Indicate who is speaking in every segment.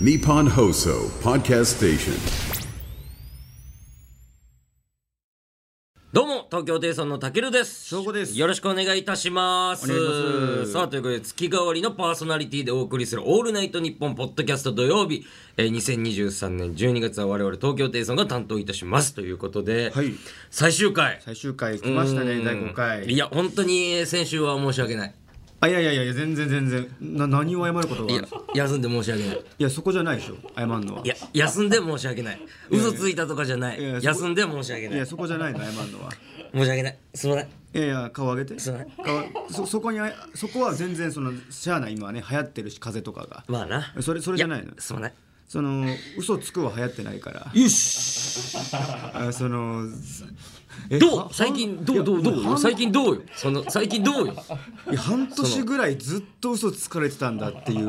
Speaker 1: Nippon Hoso Podcast Station.
Speaker 2: どうも東京テイソンのたけるです。
Speaker 3: 翔吾です
Speaker 2: よろしくお願いいたします。
Speaker 3: お願いします
Speaker 2: さあということで月替わりのパーソナリティでお送りするオールナイトニッポンポッドキャスト土曜日、えー、2023年12月は我々東京テイソンが担当いたしますということで、
Speaker 3: はい
Speaker 2: 最終回。
Speaker 3: 最終回来ましたね第5回
Speaker 2: いや本当に先週は申し訳ない。
Speaker 3: あいやいやいや全然全然な何を謝ることが
Speaker 2: い
Speaker 3: あるい
Speaker 2: や
Speaker 3: や
Speaker 2: 休んで申し訳ない。
Speaker 3: そこじゃないでしょ謝るのはい
Speaker 2: や休んで申し訳ない。嘘ついたとかじゃない。
Speaker 3: いやいやそこ
Speaker 2: 休んで申し訳
Speaker 3: い
Speaker 2: な
Speaker 3: や
Speaker 2: い。
Speaker 3: そこじゃないの謝るのは
Speaker 2: 申し訳ない。すみません。
Speaker 3: いやいや顔上げて
Speaker 2: すいません
Speaker 3: 顔そそこにあそこは全然そのしゃあない今はね流行ってるし風邪とかが、
Speaker 2: まあな。
Speaker 3: それそれじゃないの
Speaker 2: やすみません。
Speaker 3: その嘘つくは流行ってないから
Speaker 2: よし。
Speaker 3: あそのえ
Speaker 2: ど
Speaker 3: は
Speaker 2: う最近どうどうどう
Speaker 3: はん
Speaker 2: 最近どうよその最近どうよ
Speaker 3: いや半年ぐらいずっと嘘つかれてたんだっていう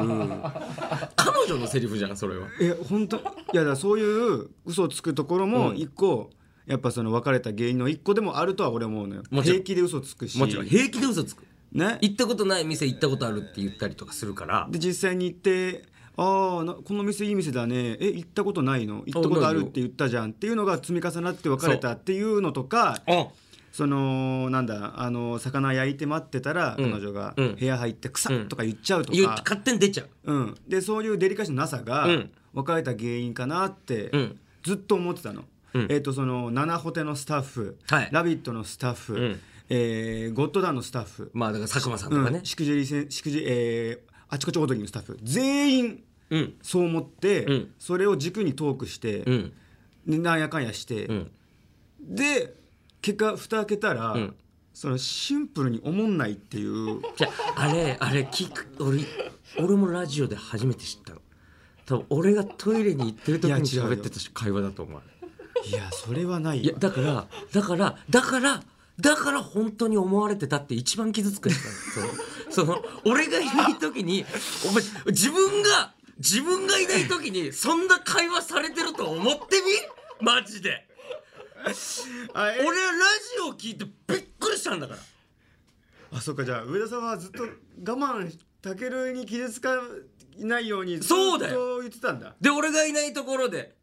Speaker 2: 彼女のセリフじゃんそれは
Speaker 3: え本当いやだからそういう嘘をつくところも一個、やっぱその別れた原因の一個でもあるとは俺思うのよ
Speaker 2: もちろん
Speaker 3: 平気で嘘つくし
Speaker 2: もちろん平気で嘘つく
Speaker 3: ね
Speaker 2: 行ったことない店行ったことあるって言ったりとかするから
Speaker 3: で実際に行って「ああなこの店いい店だねえ行ったことないの行ったことある」って言ったじゃんっていうのが積み重なって別れたっていうのとか
Speaker 2: あ
Speaker 3: そのなんだあの魚焼いて待ってたら
Speaker 2: ん
Speaker 3: 彼女が
Speaker 2: うん
Speaker 3: 部屋入って「臭っ」とか言っちゃうと
Speaker 2: 言う
Speaker 3: か、
Speaker 2: 勝手に出ちゃう
Speaker 3: うん、でそういうデリカシーのなさが
Speaker 2: うん
Speaker 3: 別れた原因かなって
Speaker 2: ん
Speaker 3: ずっと思ってたの。
Speaker 2: うん
Speaker 3: えっとその七ホテのスタッフ、
Speaker 2: はい
Speaker 3: ラビット!」のスタッフ、
Speaker 2: ん
Speaker 3: えーゴッドダンのスタッフ、
Speaker 2: まあだから佐久間さんと
Speaker 3: う
Speaker 2: かね
Speaker 3: ん、しくじりせんしくじえーあちこちオードリーのスタッフ全員
Speaker 2: うん
Speaker 3: そう思って、
Speaker 2: うん
Speaker 3: それを軸にトークして、
Speaker 2: うん
Speaker 3: でなんやかんやして、
Speaker 2: うん
Speaker 3: で結果蓋開けたら、
Speaker 2: ん
Speaker 3: そのシンプルに思んないっていう
Speaker 2: じゃああれあれ聞く俺俺もラジオで初めて知ったの多分俺がトイレに行ってる時に
Speaker 3: いや違うよ
Speaker 2: 喋ってたし会話だと思う
Speaker 3: いやそれはない
Speaker 2: いや
Speaker 3: よ
Speaker 2: だからだからだからだから本当に思われてたって一番傷つくやつだよそのその俺がいない時にお前自分が自分がいない時にそんな会話されてると思ってみマジで
Speaker 3: あえ
Speaker 2: 俺はラジオ聞いてびっくりしたんだから
Speaker 3: あそうかじゃあ上田さんはずっと我慢たけるに傷つかないようにずっ
Speaker 2: そう
Speaker 3: と
Speaker 2: だよ
Speaker 3: 言ってたんだ
Speaker 2: で俺がいないところで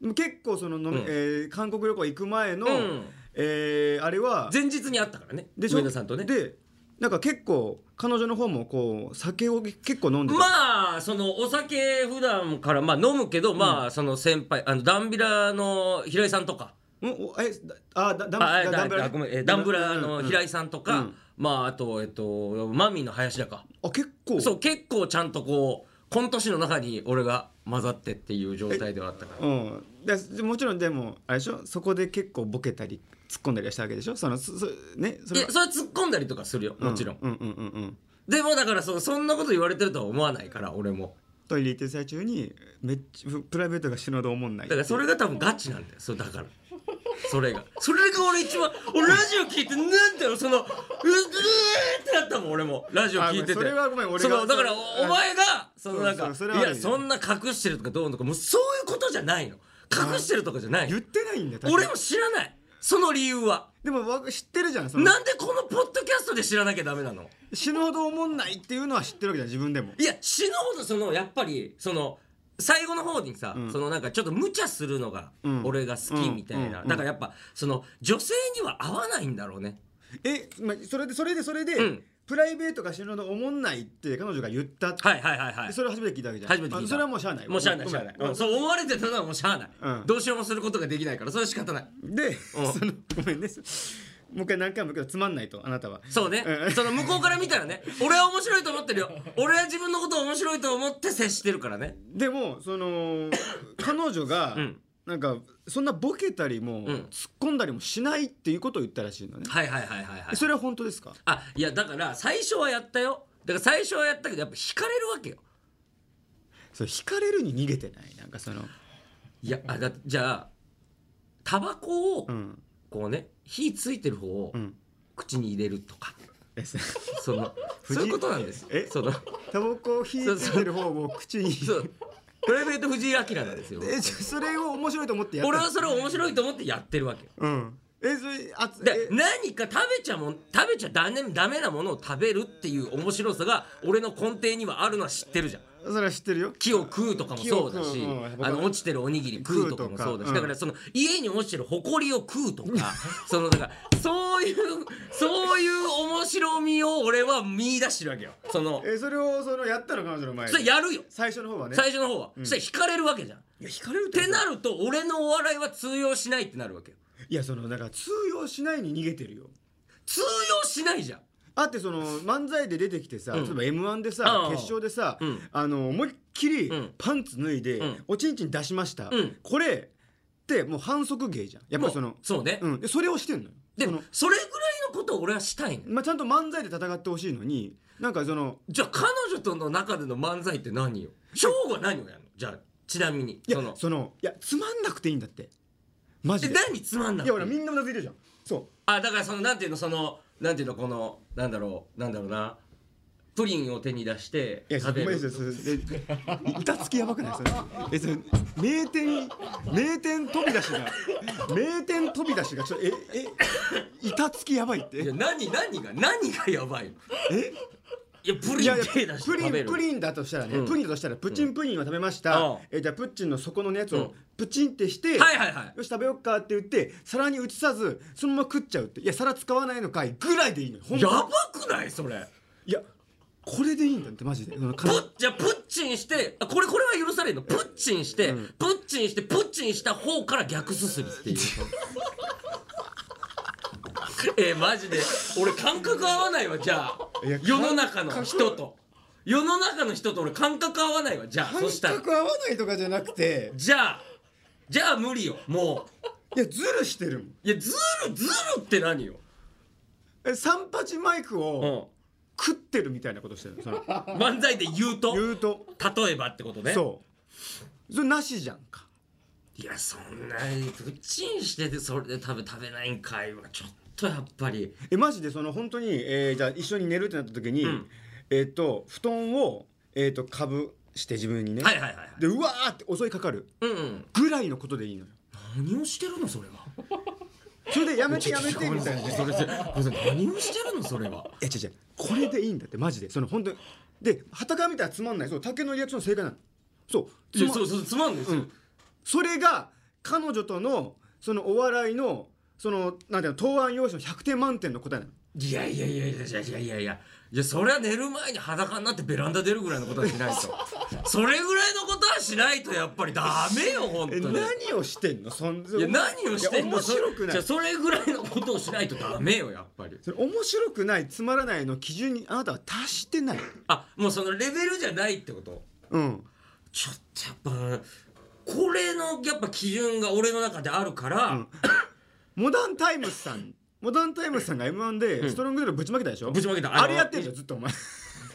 Speaker 3: でも結構そのの、えー韓国旅行行く前の、
Speaker 2: うん
Speaker 3: えーあれは
Speaker 2: 前日に会ったからね
Speaker 3: でしょ
Speaker 2: 上田さんとね
Speaker 3: でなんか結構彼女の方もこう酒を結構飲んでた
Speaker 2: まあそのお酒普段からまあ飲むけど、まあその先輩あのダンビラの平井さんとか
Speaker 3: うんおえだあだだ
Speaker 2: あ
Speaker 3: だ
Speaker 2: ダンブラ
Speaker 3: ね
Speaker 2: ごめんえーダンブラの平井さんとか、
Speaker 3: うん
Speaker 2: まああとえっとマミーの林田か
Speaker 3: あ結構
Speaker 2: そう結構ちゃんとこう今年の中に俺が混ざってっていう状態ではあったから
Speaker 3: うんででもちろんでもあれでしょそこで結構ボケたり突っ込んだりはしたわけでしょそのそそねそ
Speaker 2: い
Speaker 3: れは
Speaker 2: やそれは突っ込んだりとかするよもちろん、
Speaker 3: うんうんうんうん
Speaker 2: でもだからそうそんなこと言われてるとは思わないから俺も
Speaker 3: トイレ行ってる最中にめっちゃプライベートが死ぬほど思んない
Speaker 2: だからそれが多分ガチなんだよそうだからそれがそれが俺一番俺ラジオ聞いてなんだよそのううーってなったもん俺もラジオ聞いてて
Speaker 3: あそれはごめん俺が
Speaker 2: そのだから
Speaker 3: そ
Speaker 2: お
Speaker 3: れ
Speaker 2: お前がそのなん
Speaker 3: そ
Speaker 2: か
Speaker 3: うそうそれはいあるよ
Speaker 2: やそんな隠してるとかどうのとかもうそういうことじゃないの隠してるとかじゃない
Speaker 3: 言ってないんだよ確か
Speaker 2: 俺も知らないその理由は
Speaker 3: でもわ知ってるじゃんその
Speaker 2: なんでこのポッドキャストで知らなきゃダメなの
Speaker 3: 死ぬほど思んないっていうのは知ってるわけじゃん自分でも
Speaker 2: いや死ぬほどそのやっぱりその最後の方にさ、そのなんかちょっと無茶するのが
Speaker 3: ん
Speaker 2: 俺が好きみたいな、
Speaker 3: うんうん
Speaker 2: だからやっぱその女性には合わないんだろうね
Speaker 3: え、まあ、それでそれでそれで、
Speaker 2: うん
Speaker 3: プライベートが死ぬほど思んないって彼女が言ったって、
Speaker 2: はいはいはいはい
Speaker 3: でそれを初めて聞いたわけじゃん
Speaker 2: 初めて聞いた
Speaker 3: あそれはもうしゃあない
Speaker 2: もうしゃあない
Speaker 3: ご
Speaker 2: しゃ
Speaker 3: め
Speaker 2: あ
Speaker 3: ん
Speaker 2: ない、
Speaker 3: ごめん
Speaker 2: うんそう思われてたのはもうしゃあない、
Speaker 3: うん
Speaker 2: どうしようもすることができないからそれは仕方ない
Speaker 3: で、
Speaker 2: うん
Speaker 3: そのごめんねもう一回何回も言うけどつまんないとあなたは
Speaker 2: そうね、
Speaker 3: うん
Speaker 2: その向こうから見たらね俺は面白いと思ってるよ俺は自分のことを面白いと思って接してるからね
Speaker 3: でもそ の彼女が、
Speaker 2: ん
Speaker 3: なんかそんなボケたりも、突っ込んだりもしないっていうことを言ったらしいのね、
Speaker 2: はいはいはいはいはい
Speaker 3: それは本当ですか
Speaker 2: あいやだから最初はやったよだから最初はやったけどやっぱ惹かれるわけよ
Speaker 3: それ惹かれるに逃げてないなんかその
Speaker 2: いやあだじゃあタバコを
Speaker 3: うん
Speaker 2: こうね火ついてる方を
Speaker 3: ん
Speaker 2: 口に入れるとか、
Speaker 3: えそ
Speaker 2: その
Speaker 3: 士
Speaker 2: そういうことなんです
Speaker 3: え
Speaker 2: その
Speaker 3: タバコを火つけてる方を口に
Speaker 2: そうプライベート藤井明なんですよ
Speaker 3: えちょそれを面白いと思ってやった
Speaker 2: 俺はそれを面白いと思ってやってるわけよ
Speaker 3: うんえそれあつ
Speaker 2: で
Speaker 3: え
Speaker 2: 何か食べちゃもん食べちゃダメダメなものを食べるっていう面白さが俺の根底にはあるのは知ってるじゃん
Speaker 3: それは知ってるよ
Speaker 2: 木を食うとかもそうだし、
Speaker 3: 木を食ううん
Speaker 2: あの落ちてるおにぎり食うとかもそうだし、
Speaker 3: 食うとかうん
Speaker 2: だからその家に落ちてる埃を食うとか そのだからそういうそういう面白みを俺は見出してるわけよその
Speaker 3: えそれをそのやったの彼女の前
Speaker 2: それ
Speaker 3: に
Speaker 2: やるよ
Speaker 3: 最初の方はね
Speaker 2: 最初の方は、そしたら惹かれるわけじゃん
Speaker 3: いや引かれるっ
Speaker 2: ってなると俺のお笑いは通用しないってなるわけよ
Speaker 3: いやそのだから通用しないに逃げてるよ
Speaker 2: 通用しないじゃん
Speaker 3: あってその漫才で出てきてさ、例えば m 1で
Speaker 2: あ
Speaker 3: さ
Speaker 2: あ
Speaker 3: 決勝でさ、
Speaker 2: うん
Speaker 3: あの思いっきり
Speaker 2: ん
Speaker 3: パンツ脱いで、
Speaker 2: ん
Speaker 3: おちんちん出しました、
Speaker 2: ん
Speaker 3: これってもう反則芸じゃんやっぱその
Speaker 2: もうそうね、
Speaker 3: うん、でそれをしてんのよ
Speaker 2: で
Speaker 3: そ
Speaker 2: も
Speaker 3: の、
Speaker 2: それぐらいのことを俺はしたいのよ
Speaker 3: まあ、ちゃんと漫才で戦ってほしいのになんかその
Speaker 2: じゃあ彼女との中での漫才って何よ翔吾は何をやるのじゃあちなみに
Speaker 3: いや
Speaker 2: そ
Speaker 3: そ
Speaker 2: の
Speaker 3: のいやつまんなくていいんだってマ
Speaker 2: え
Speaker 3: ジで
Speaker 2: 何つまんない
Speaker 3: やほらみんなうなずいてるじゃんそ
Speaker 2: あだからそのなんていうのそのなんていうのこのなんだろうなんだろうなプリンを手に出して
Speaker 3: ういや
Speaker 2: 食
Speaker 3: ご
Speaker 2: べ
Speaker 3: めんなさ
Speaker 2: る
Speaker 3: いそれえ板つきやばくないそれえそれ名店名店飛び出しが名店飛び出しがちょっとええ板つきやばいって
Speaker 2: いや何何が何がやばいの
Speaker 3: え
Speaker 2: いやプ
Speaker 3: い
Speaker 2: リン
Speaker 3: やい
Speaker 2: 手
Speaker 3: や
Speaker 2: 出
Speaker 3: プリ
Speaker 2: して食べ
Speaker 3: ン
Speaker 2: る
Speaker 3: プリンだとしたらね、
Speaker 2: うん
Speaker 3: プリンだとしたらプチンプリンを食べまし
Speaker 2: う
Speaker 3: た、
Speaker 2: ん
Speaker 3: えじゃあプッチンの底のねやつ
Speaker 2: うん
Speaker 3: をプチンってして、
Speaker 2: はいはいはい
Speaker 3: よし食べよっかって言って皿に移さずそのまま食っちゃうっていや皿使わないのかいぐらいでいいのよほん
Speaker 2: や
Speaker 3: と
Speaker 2: ばくないそれ
Speaker 3: いやこれでいいんだってマジでその
Speaker 2: プ
Speaker 3: か
Speaker 2: ッじゃあプッチンしてあこれこれは許されるのプッチンして、プッチンしてプッチンした方から逆すすりっていう えー、マジで俺感覚合わないわじゃあ
Speaker 3: いや
Speaker 2: 世の中の人と世の中の人と俺感覚合わないわじゃあそしたら
Speaker 3: 感覚合わないとかじゃなくて
Speaker 2: じゃあじゃあ無理よも
Speaker 3: いやズルしてるもん
Speaker 2: ういやズルズルって何よ、
Speaker 3: え三八マイク
Speaker 2: う
Speaker 3: を
Speaker 2: ん、
Speaker 3: 食ってるみたいなことしてるのその
Speaker 2: 漫才で言うと
Speaker 3: 言うと
Speaker 2: 例えばってことね
Speaker 3: そうそれなしじゃんか
Speaker 2: いやそんなにプッチンしててそれで食べ食べないんかいはちょっとやっぱり
Speaker 3: えマジでその本当に、えーじゃあ一緒に寝るってなった時に、
Speaker 2: ん
Speaker 3: えっ、と布団をえっ、とかぶして自分にね、
Speaker 2: はいはいはいはい
Speaker 3: でうわーって襲いかかる
Speaker 2: うん、うん、
Speaker 3: ぐらいのことでいいのよ
Speaker 2: 何をしてるのそれは
Speaker 3: それでやめてやめてみたいなね
Speaker 2: それでそれ何をしてるのそれはい
Speaker 3: や違う違うこれでいいんだってマジでその本当にではたから見たらつまんないそう竹のリアクション正解なのそう
Speaker 2: いや
Speaker 3: つま
Speaker 2: そうそうつまんないですよ、
Speaker 3: それが彼女とのそのお笑いのそのなんていうの答案用紙の100点満点の答えなの
Speaker 2: いやいやいやいやいやいやいやいやいやそれは寝る前に裸になってベランダ出るぐらいのことはしない とそれぐらいのことはしないとやっぱりダメよ本当
Speaker 3: え
Speaker 2: に
Speaker 3: 何をしてんのそん
Speaker 2: いや何をしてん
Speaker 3: い
Speaker 2: の
Speaker 3: や面白く
Speaker 2: じ
Speaker 3: な
Speaker 2: ゃ
Speaker 3: い
Speaker 2: あそれぐらいのことをしないとダメよやっぱり
Speaker 3: それ面白くないつまらないの基準にあなたは達してない
Speaker 2: あもうそのレベルじゃないってこと
Speaker 3: うん
Speaker 2: ちょっとやっぱこれのやっぱ基準が俺の中であるから、
Speaker 3: モダンタイムスさんモダンタイムスさんが m 1でストロングゼロぶちまけたでしょ、
Speaker 2: ぶちまけたあの
Speaker 3: あれやってんじゃんずっとお前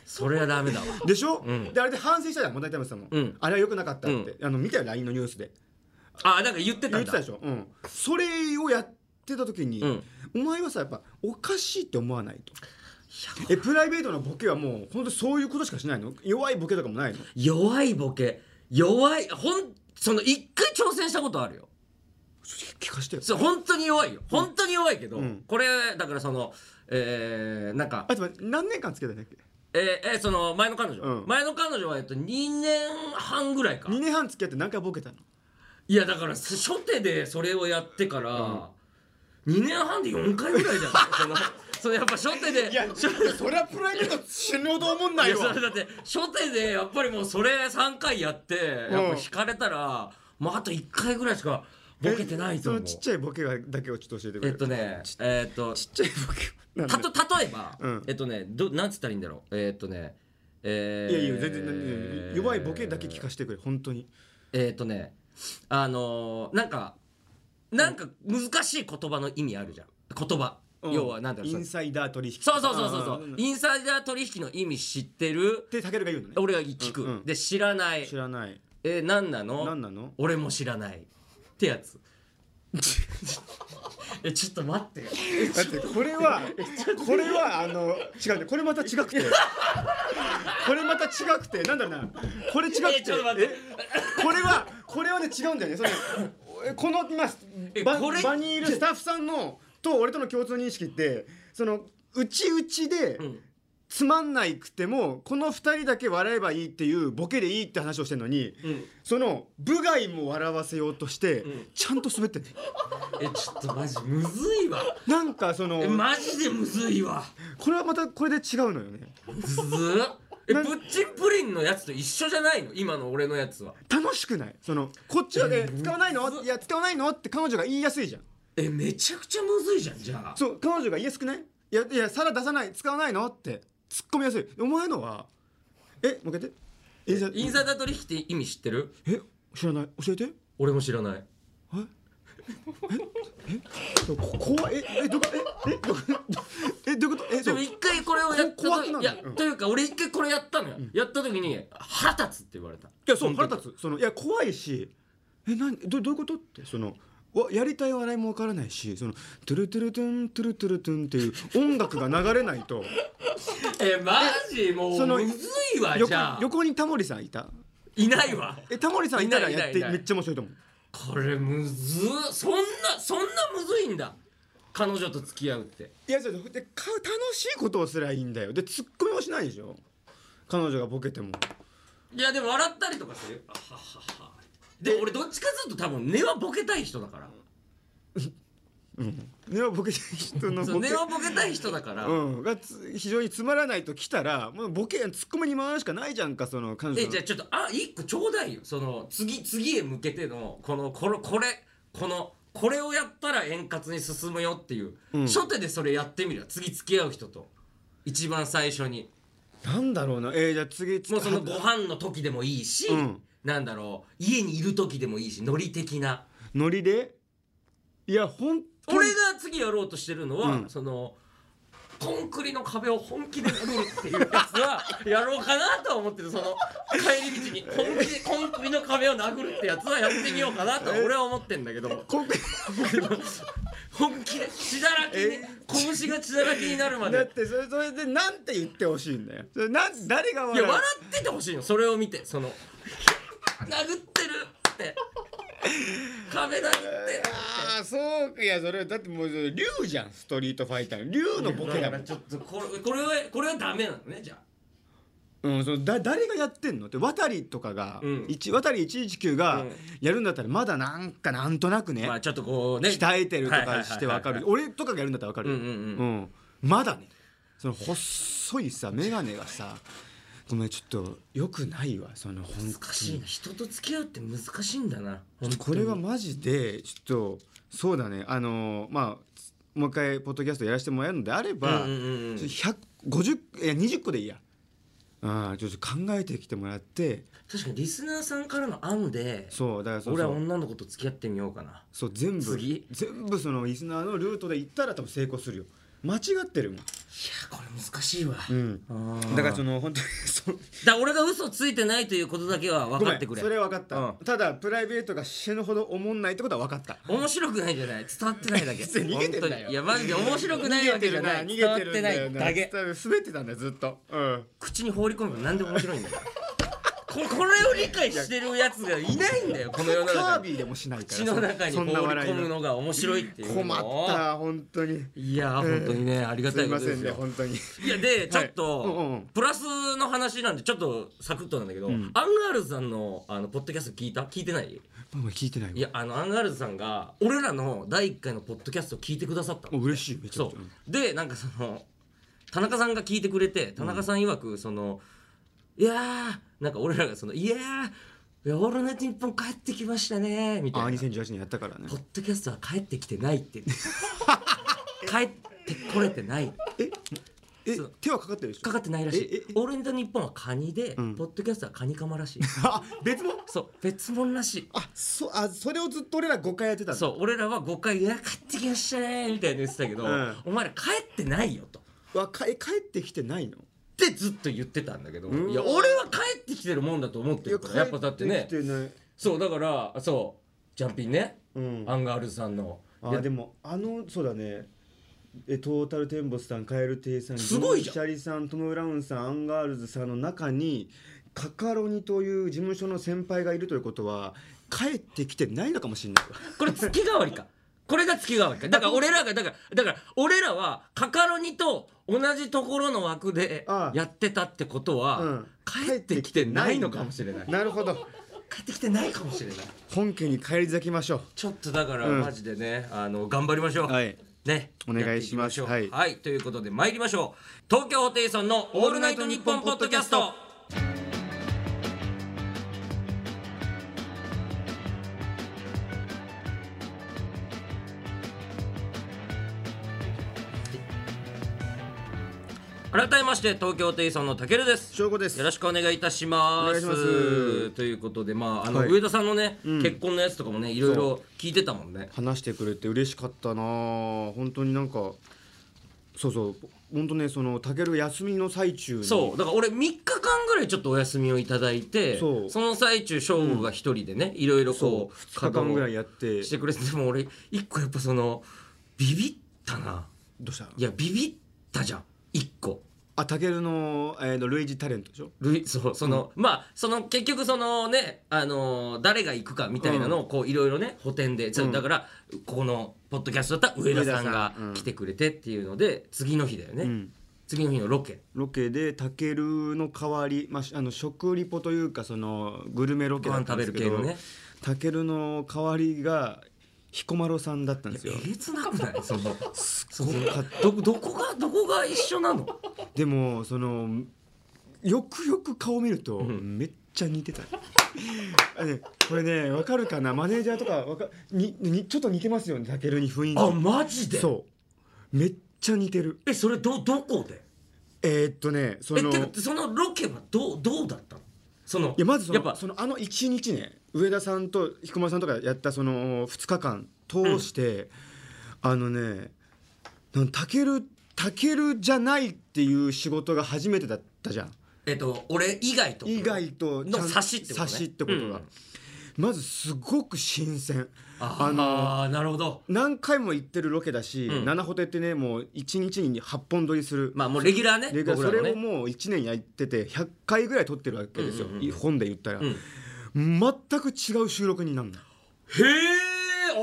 Speaker 2: それはダ メだわ
Speaker 3: でしょ、であれで反省したじゃんモダンタイムスさんも、
Speaker 2: うん
Speaker 3: あれは良くなかったって、あの見たよ LINE のニュースで
Speaker 2: あなんか言ってた
Speaker 3: 言っ
Speaker 2: ん
Speaker 3: て
Speaker 2: だ
Speaker 3: たでしょ、うん、それをやってた時に、
Speaker 2: うん
Speaker 3: お前はさやっぱおかしいって思わないとえプライベートのボケはもう本当そういうことしかしないの弱いボケとかもないの
Speaker 2: 弱いボケ弱いほんその一回挑戦したことあるよ
Speaker 3: 聞かしてよ
Speaker 2: そう本当に弱いよ本当に弱いけど、
Speaker 3: うん
Speaker 2: これだからそのえー、なんか
Speaker 3: あちょっと待って何年間つけたんだっけ
Speaker 2: えーえーその前の彼女、
Speaker 3: うん
Speaker 2: 前の彼女はえっと2年半ぐらいか
Speaker 3: 2年半付き合って何回ボケたの
Speaker 2: いやだからす初手でそれをやってから、二2年半で4回ぐらいじゃないそのそのやっぱ初手で初
Speaker 3: そりゃプライベート死ぬほど思んない
Speaker 2: やそれだって初手でやっぱりもうそれ3回やってやっぱ引かれたら、もうあと1回ぐらいしかボケてないと思う
Speaker 3: そのちっちゃいボケがだけをちょっと教えてくれ
Speaker 2: えっとねえっと
Speaker 3: ちっちゃいボケ は
Speaker 2: た
Speaker 3: 何だ
Speaker 2: と
Speaker 3: よ
Speaker 2: 例えば、
Speaker 3: うん
Speaker 2: えっとねどなんつったらいいんだろうえっとねえー
Speaker 3: いやいや全然何何弱いボケだけ聞かせてくれ本当に
Speaker 2: えっとねあのーなんかなんか難しい言葉の意味あるじゃん言葉、要はなんだろう
Speaker 3: イ
Speaker 2: そ
Speaker 3: ン
Speaker 2: の
Speaker 3: サイダー取引
Speaker 2: そうそうそうそうそ
Speaker 3: ん
Speaker 2: うん
Speaker 3: んっ
Speaker 2: インサイダー取引の意味知ってる
Speaker 3: てタケルが言うのね
Speaker 2: 俺が聞く、
Speaker 3: うんうん
Speaker 2: で知らない
Speaker 3: 知らない
Speaker 2: えー何なの
Speaker 3: 何なの
Speaker 2: 俺も知らないってやつ えちょっと待ってよ
Speaker 3: だってこ れはこれはあの違うねこれまた違くてこれまた違くてなんだろうなこれ違くて
Speaker 2: えちょっと待って
Speaker 3: えこれはこれはね違うんだよねそれえこの今
Speaker 2: え
Speaker 3: ば
Speaker 2: これ
Speaker 3: 場にいるスタッフさんのと俺との共通認識ってその内々で、つまんないくてもこの2人だけ笑えばいいっていうボケでいいって話をしてるのに、
Speaker 2: ん
Speaker 3: その部外も笑わせようとして、ちゃんと滑ってんの
Speaker 2: えちょっとマジむずいわ
Speaker 3: なんかその
Speaker 2: えマジでむずいわ
Speaker 3: これはまたこれで違うのよね
Speaker 2: むずっえぶっちんプリンのやつと一緒じゃないの今の俺のやつは
Speaker 3: 楽しくないそのこっちはね使わないのいや使わないのって彼女が言いやすいじゃん
Speaker 2: えめちゃくちゃむずいじゃんじゃあ
Speaker 3: そう彼女が言いやすくないいやいや皿出さない使わないのって突っ込みやすいお前のはえもう一回言ってえじゃ
Speaker 2: インサイダー取引って意味知ってる
Speaker 3: え知らない教えて
Speaker 2: 俺も知らない
Speaker 3: こ怖いええどこええどこ えどういうことえ
Speaker 2: で
Speaker 3: そう
Speaker 2: も一回これをやった
Speaker 3: こ怖く
Speaker 2: 時
Speaker 3: なる
Speaker 2: いや、
Speaker 3: うん
Speaker 2: というか俺一回これやったのよ、やった時に腹立つって言われたい
Speaker 3: いやそう腹立つそのいや怖いしえなんどどういうことってそのわやりたい笑いもわからないしそのトゥルトゥルトゥントゥルトゥルトゥンっていう音楽が流れないと
Speaker 2: えマジもう
Speaker 3: その
Speaker 2: むずいわじ
Speaker 3: 横
Speaker 2: ゃ あ
Speaker 3: 横にタモリさんいた
Speaker 2: いないわ
Speaker 3: えタモリさんいたら
Speaker 2: いないいな
Speaker 3: やっ
Speaker 2: い
Speaker 3: て
Speaker 2: いない
Speaker 3: めっちゃ面白いと思う
Speaker 2: これむずっそんなそんなむずいんだ彼女と付き合うって
Speaker 3: いやそうでか楽しいことをすりゃいいんだよでツッコミもしないでしょ彼女がボケても
Speaker 2: いやでも笑ったりとかするよあはははで俺どっちかずっと多分根はボケたい人だから
Speaker 3: 根はボケてる人の
Speaker 2: そう
Speaker 3: ボケ
Speaker 2: 根はボケたい人だから、
Speaker 3: うん、がつ非常につまらないと来たらもうボケツッコミに回るしかないじゃんかその彼女
Speaker 2: え
Speaker 3: の
Speaker 2: じゃあちょっとあ一個ちょうだいよその次次へ向けてのこのこれこれこのこれをやったら円滑に進むよっていう、初手でそれやってみるよ次付き合う人と一番最初に
Speaker 3: なんだろうなえー、じゃあ次つ
Speaker 2: もうそのご飯の時でもいいし、
Speaker 3: うん
Speaker 2: なんだろう家にいる時でもいいしノリ的な
Speaker 3: ノリでいやほんとに
Speaker 2: 俺が次やろうとしてるのは、
Speaker 3: うん
Speaker 2: そのコンクリの壁を本気で殴るっていうやつ はやろうかなとは思ってるその帰り道に本気でコンクリの壁を殴るってやつはやってみようかなとは俺は思ってんだけ ど
Speaker 3: こ
Speaker 2: 本気で血だらけに
Speaker 3: え
Speaker 2: 拳が血だらけになるまで
Speaker 3: だってそれそれでなんて言ってほしいんだよそれなん誰が
Speaker 2: い
Speaker 3: 笑
Speaker 2: や
Speaker 3: う
Speaker 2: 笑っててほしいのそれを見てその 殴ってるって壁殴ってる
Speaker 3: ああそうかいやそれだってもうそれ竜じゃんストリートファイターの竜のボケ
Speaker 2: だか
Speaker 3: だも
Speaker 2: ら
Speaker 3: ん
Speaker 2: ちょっとこれこれはこれはダメなのねじゃあ
Speaker 3: うん、そのだ誰がやってんのって渡りとかが、
Speaker 2: うん
Speaker 3: 一渡り119が
Speaker 2: うん
Speaker 3: やるんだったらまだなんかなんとなくね、
Speaker 2: まあちょっとこうね
Speaker 3: 鍛えてるとかしてわか
Speaker 2: はいはいはいはい
Speaker 3: る俺とかがやるんだったらわかるよ、
Speaker 2: うんうんう
Speaker 3: うんまだねその細いさ眼鏡がさごめんちょっとよくないわその本
Speaker 2: 難しいな人と付き合うって難しいんだな
Speaker 3: これはマジでちょっとそうだねあのまあもう一回ポッドキャストやらせてもらえるのであれば、
Speaker 2: うんうんうんうん
Speaker 3: 150いや20個でいいやあちょっと考えてきてもらって
Speaker 2: 確かにリスナーさんからの案で
Speaker 3: そうだからそう
Speaker 2: 俺
Speaker 3: そ
Speaker 2: は
Speaker 3: う
Speaker 2: 女の子と付き合ってみようかな
Speaker 3: そう全部
Speaker 2: 次
Speaker 3: 全部そのリスナーのルートで行ったら多分成功するよ間違ってるもん、
Speaker 2: いやこれ難しいわ、
Speaker 3: うん、だからその本当にそう
Speaker 2: だから俺が嘘ついてないということだけは分か
Speaker 3: ごめ
Speaker 2: っ
Speaker 3: ん
Speaker 2: てくれ
Speaker 3: それは分かった、
Speaker 2: うん
Speaker 3: ただプライベートが死ぬほど思んないってことは分かった
Speaker 2: 面白くないじゃない伝わってないだ け
Speaker 3: 逃げて
Speaker 2: 本
Speaker 3: んだよ
Speaker 2: 当にいやマジで面白くないわけじゃない
Speaker 3: 逃
Speaker 2: 伝わっ
Speaker 3: げてる
Speaker 2: て
Speaker 3: ん
Speaker 2: な
Speaker 3: だよ
Speaker 2: い
Speaker 3: な
Speaker 2: だ
Speaker 3: げ
Speaker 2: け
Speaker 3: てるんだよな滑ってたんだよずっとうん
Speaker 2: 口に放り込めば何でも面白いんだ よここれを理解してるやつがいないんだよこの世の
Speaker 3: カ
Speaker 2: 中
Speaker 3: ー
Speaker 2: に
Speaker 3: ビィでもしないから
Speaker 2: 口の中に
Speaker 3: そ
Speaker 2: 放り
Speaker 3: んな笑い
Speaker 2: 込む
Speaker 3: の
Speaker 2: のが面白いっていうの
Speaker 3: 困
Speaker 2: を
Speaker 3: った本当に
Speaker 2: いやー本当にね、ありが
Speaker 3: す
Speaker 2: た
Speaker 3: い
Speaker 2: いこ
Speaker 3: ま
Speaker 2: と
Speaker 3: せ
Speaker 2: で
Speaker 3: ん
Speaker 2: す
Speaker 3: ね
Speaker 2: よ
Speaker 3: 本当に
Speaker 2: いやでちょっと、
Speaker 3: はいうんうん
Speaker 2: プラスの話なんでちょっとサクッとなんだけど、アンガールズさんのあのポッドキャスト聞いた聞いてない
Speaker 3: まあまあ聞いてない
Speaker 2: いやあのアンガールズさんが俺らの第1回のポッドキャストを聞いてくださったの
Speaker 3: もう嬉しいめちゃ
Speaker 2: そ
Speaker 3: くちゃ
Speaker 2: うでなんかその田中さんが聞いてくれて田中さん曰くその、いやーなんか俺らがその「いやーいやオールナイトニッポン帰ってきましたね」み
Speaker 3: あ
Speaker 2: た
Speaker 3: あ
Speaker 2: いな
Speaker 3: 2018年やったからね
Speaker 2: ポッドキャストは帰ってきてないっ て言って帰ってこれてない
Speaker 3: え手はかかってるでしょ
Speaker 2: かかってないらし
Speaker 3: え
Speaker 2: い
Speaker 3: ええ
Speaker 2: オールナイトニッポンはカニで、ポッドキャストはカニカマら しい
Speaker 3: あ別も
Speaker 2: そう別物らしい
Speaker 3: あそあそれをずっと俺ら5回やってたんだ
Speaker 2: そう俺らは5回「いや帰ってきましたね」みたいな言ってたけど、
Speaker 3: ん
Speaker 2: お前ら帰ってないよと。
Speaker 3: わかえ帰ってきてないの
Speaker 2: ってずっと言ってたんだけど
Speaker 3: わ
Speaker 2: いや俺は帰ってきてるもんだと思ってるからやっぱだってね
Speaker 3: 帰きてない
Speaker 2: そうだからそうジャンピンね、
Speaker 3: うん
Speaker 2: アンガールズさんのい
Speaker 3: あ
Speaker 2: や
Speaker 3: でもあのそうだねえトータルテンボスさんカエルテイさん
Speaker 2: すごいじゃん
Speaker 3: シャリさんトム・ブラウンさんアンガールズさんの中にカカロニという事務所の先輩がいるということは帰ってきてないのかもしれないわ
Speaker 2: これ月替わりかこれが月替わりかだから俺らがだからだから俺らはカカロニと同じところの枠で
Speaker 3: ああ
Speaker 2: やってたってこと
Speaker 3: う
Speaker 2: は
Speaker 3: ん
Speaker 2: 帰ってきてないのかもしれない
Speaker 3: なるほど
Speaker 2: 帰ってきてないかもしれない
Speaker 3: 本家に帰り咲きましょう
Speaker 2: ちょっとだから
Speaker 3: うん
Speaker 2: マジでねあの頑張りましょう
Speaker 3: はい
Speaker 2: ね
Speaker 3: お願いします
Speaker 2: やっていきましょう
Speaker 3: は
Speaker 2: はいということで参りましょう東京ホテイソンの「オールナイトニッポン」ポッドキャスト改めまして東京ホテイソンのたけるです
Speaker 3: 翔吾です
Speaker 2: よろしくお願いいたしま
Speaker 3: お願い
Speaker 2: す
Speaker 3: します
Speaker 2: ということでまああの、
Speaker 3: はい
Speaker 2: 上田さんのね、結婚のやつとかもねいろいろ聞いてたもんね
Speaker 3: 話してくれて嬉しかったなあ本当になんかそうそう本当ねそのたける休みの最中に
Speaker 2: そうだから俺3日間ぐらいちょっとお休みをいただいて
Speaker 3: そ
Speaker 2: そうの最中省吾が一人でね、いろいろこう
Speaker 3: 2日間ぐらいやっ
Speaker 2: ってしてくれてでも俺一個やっぱそのビビったな
Speaker 3: どうした
Speaker 2: いやビビったじゃん一個。
Speaker 3: あたけるの、えーと、類似タレントでしょ
Speaker 2: ルイそうその、まあその結局そのねあのー誰が行くかみたいなのをこういろいろね補填で、そうだからここのポッドキャストだったら上田さんが
Speaker 3: 上田さんうん
Speaker 2: 来てくれてっていうので次の日だよね、
Speaker 3: ん
Speaker 2: 次の日のロケ
Speaker 3: ロケでたけるの代わり、まあ、しあの食リポというかそのグルメロケだったんですけ
Speaker 2: ご飯
Speaker 3: ど
Speaker 2: 食べる系のね
Speaker 3: たけるの代わりが彦摩呂さんだったんです
Speaker 2: え
Speaker 3: よ
Speaker 2: げつなくないそのその
Speaker 3: ごかっ
Speaker 2: どどこがどこが一緒なの
Speaker 3: でもそのよくよく顔見ると、
Speaker 2: ん
Speaker 3: めっちゃ似てた あねこれねわかるかなマネージャーとかわかににちょっと似てますよねたけるに雰囲気
Speaker 2: あマジで
Speaker 3: そうめっちゃ似てる
Speaker 2: えそれどどこで
Speaker 3: えー、っとねそ
Speaker 2: え
Speaker 3: の
Speaker 2: てかそのロケはどうどうだったのその
Speaker 3: いやまずその
Speaker 2: やっぱ
Speaker 3: そのあの1日ね上田さんと彦摩呂さんとかやったその2日間通して、あのねなんたけるたけるじゃないっていう仕事が初めてだったじゃん
Speaker 2: えっと俺以外と
Speaker 3: 以外と
Speaker 2: の
Speaker 3: ちゃん
Speaker 2: 差しってことね
Speaker 3: 差しってことが、まずすごく新鮮
Speaker 2: あ
Speaker 3: あの
Speaker 2: あーなるほど
Speaker 3: 何回も行ってるロケだし、
Speaker 2: ん
Speaker 3: 七ホテってねもう1日に8本撮りする
Speaker 2: まあもうレギュラーね
Speaker 3: レギュラー
Speaker 2: 僕
Speaker 3: そ
Speaker 2: らのね
Speaker 3: れをもう1年やってて100回ぐらい撮ってるわけですよ、本で言ったら、
Speaker 2: ん
Speaker 3: 全く違う収録になるの
Speaker 2: へ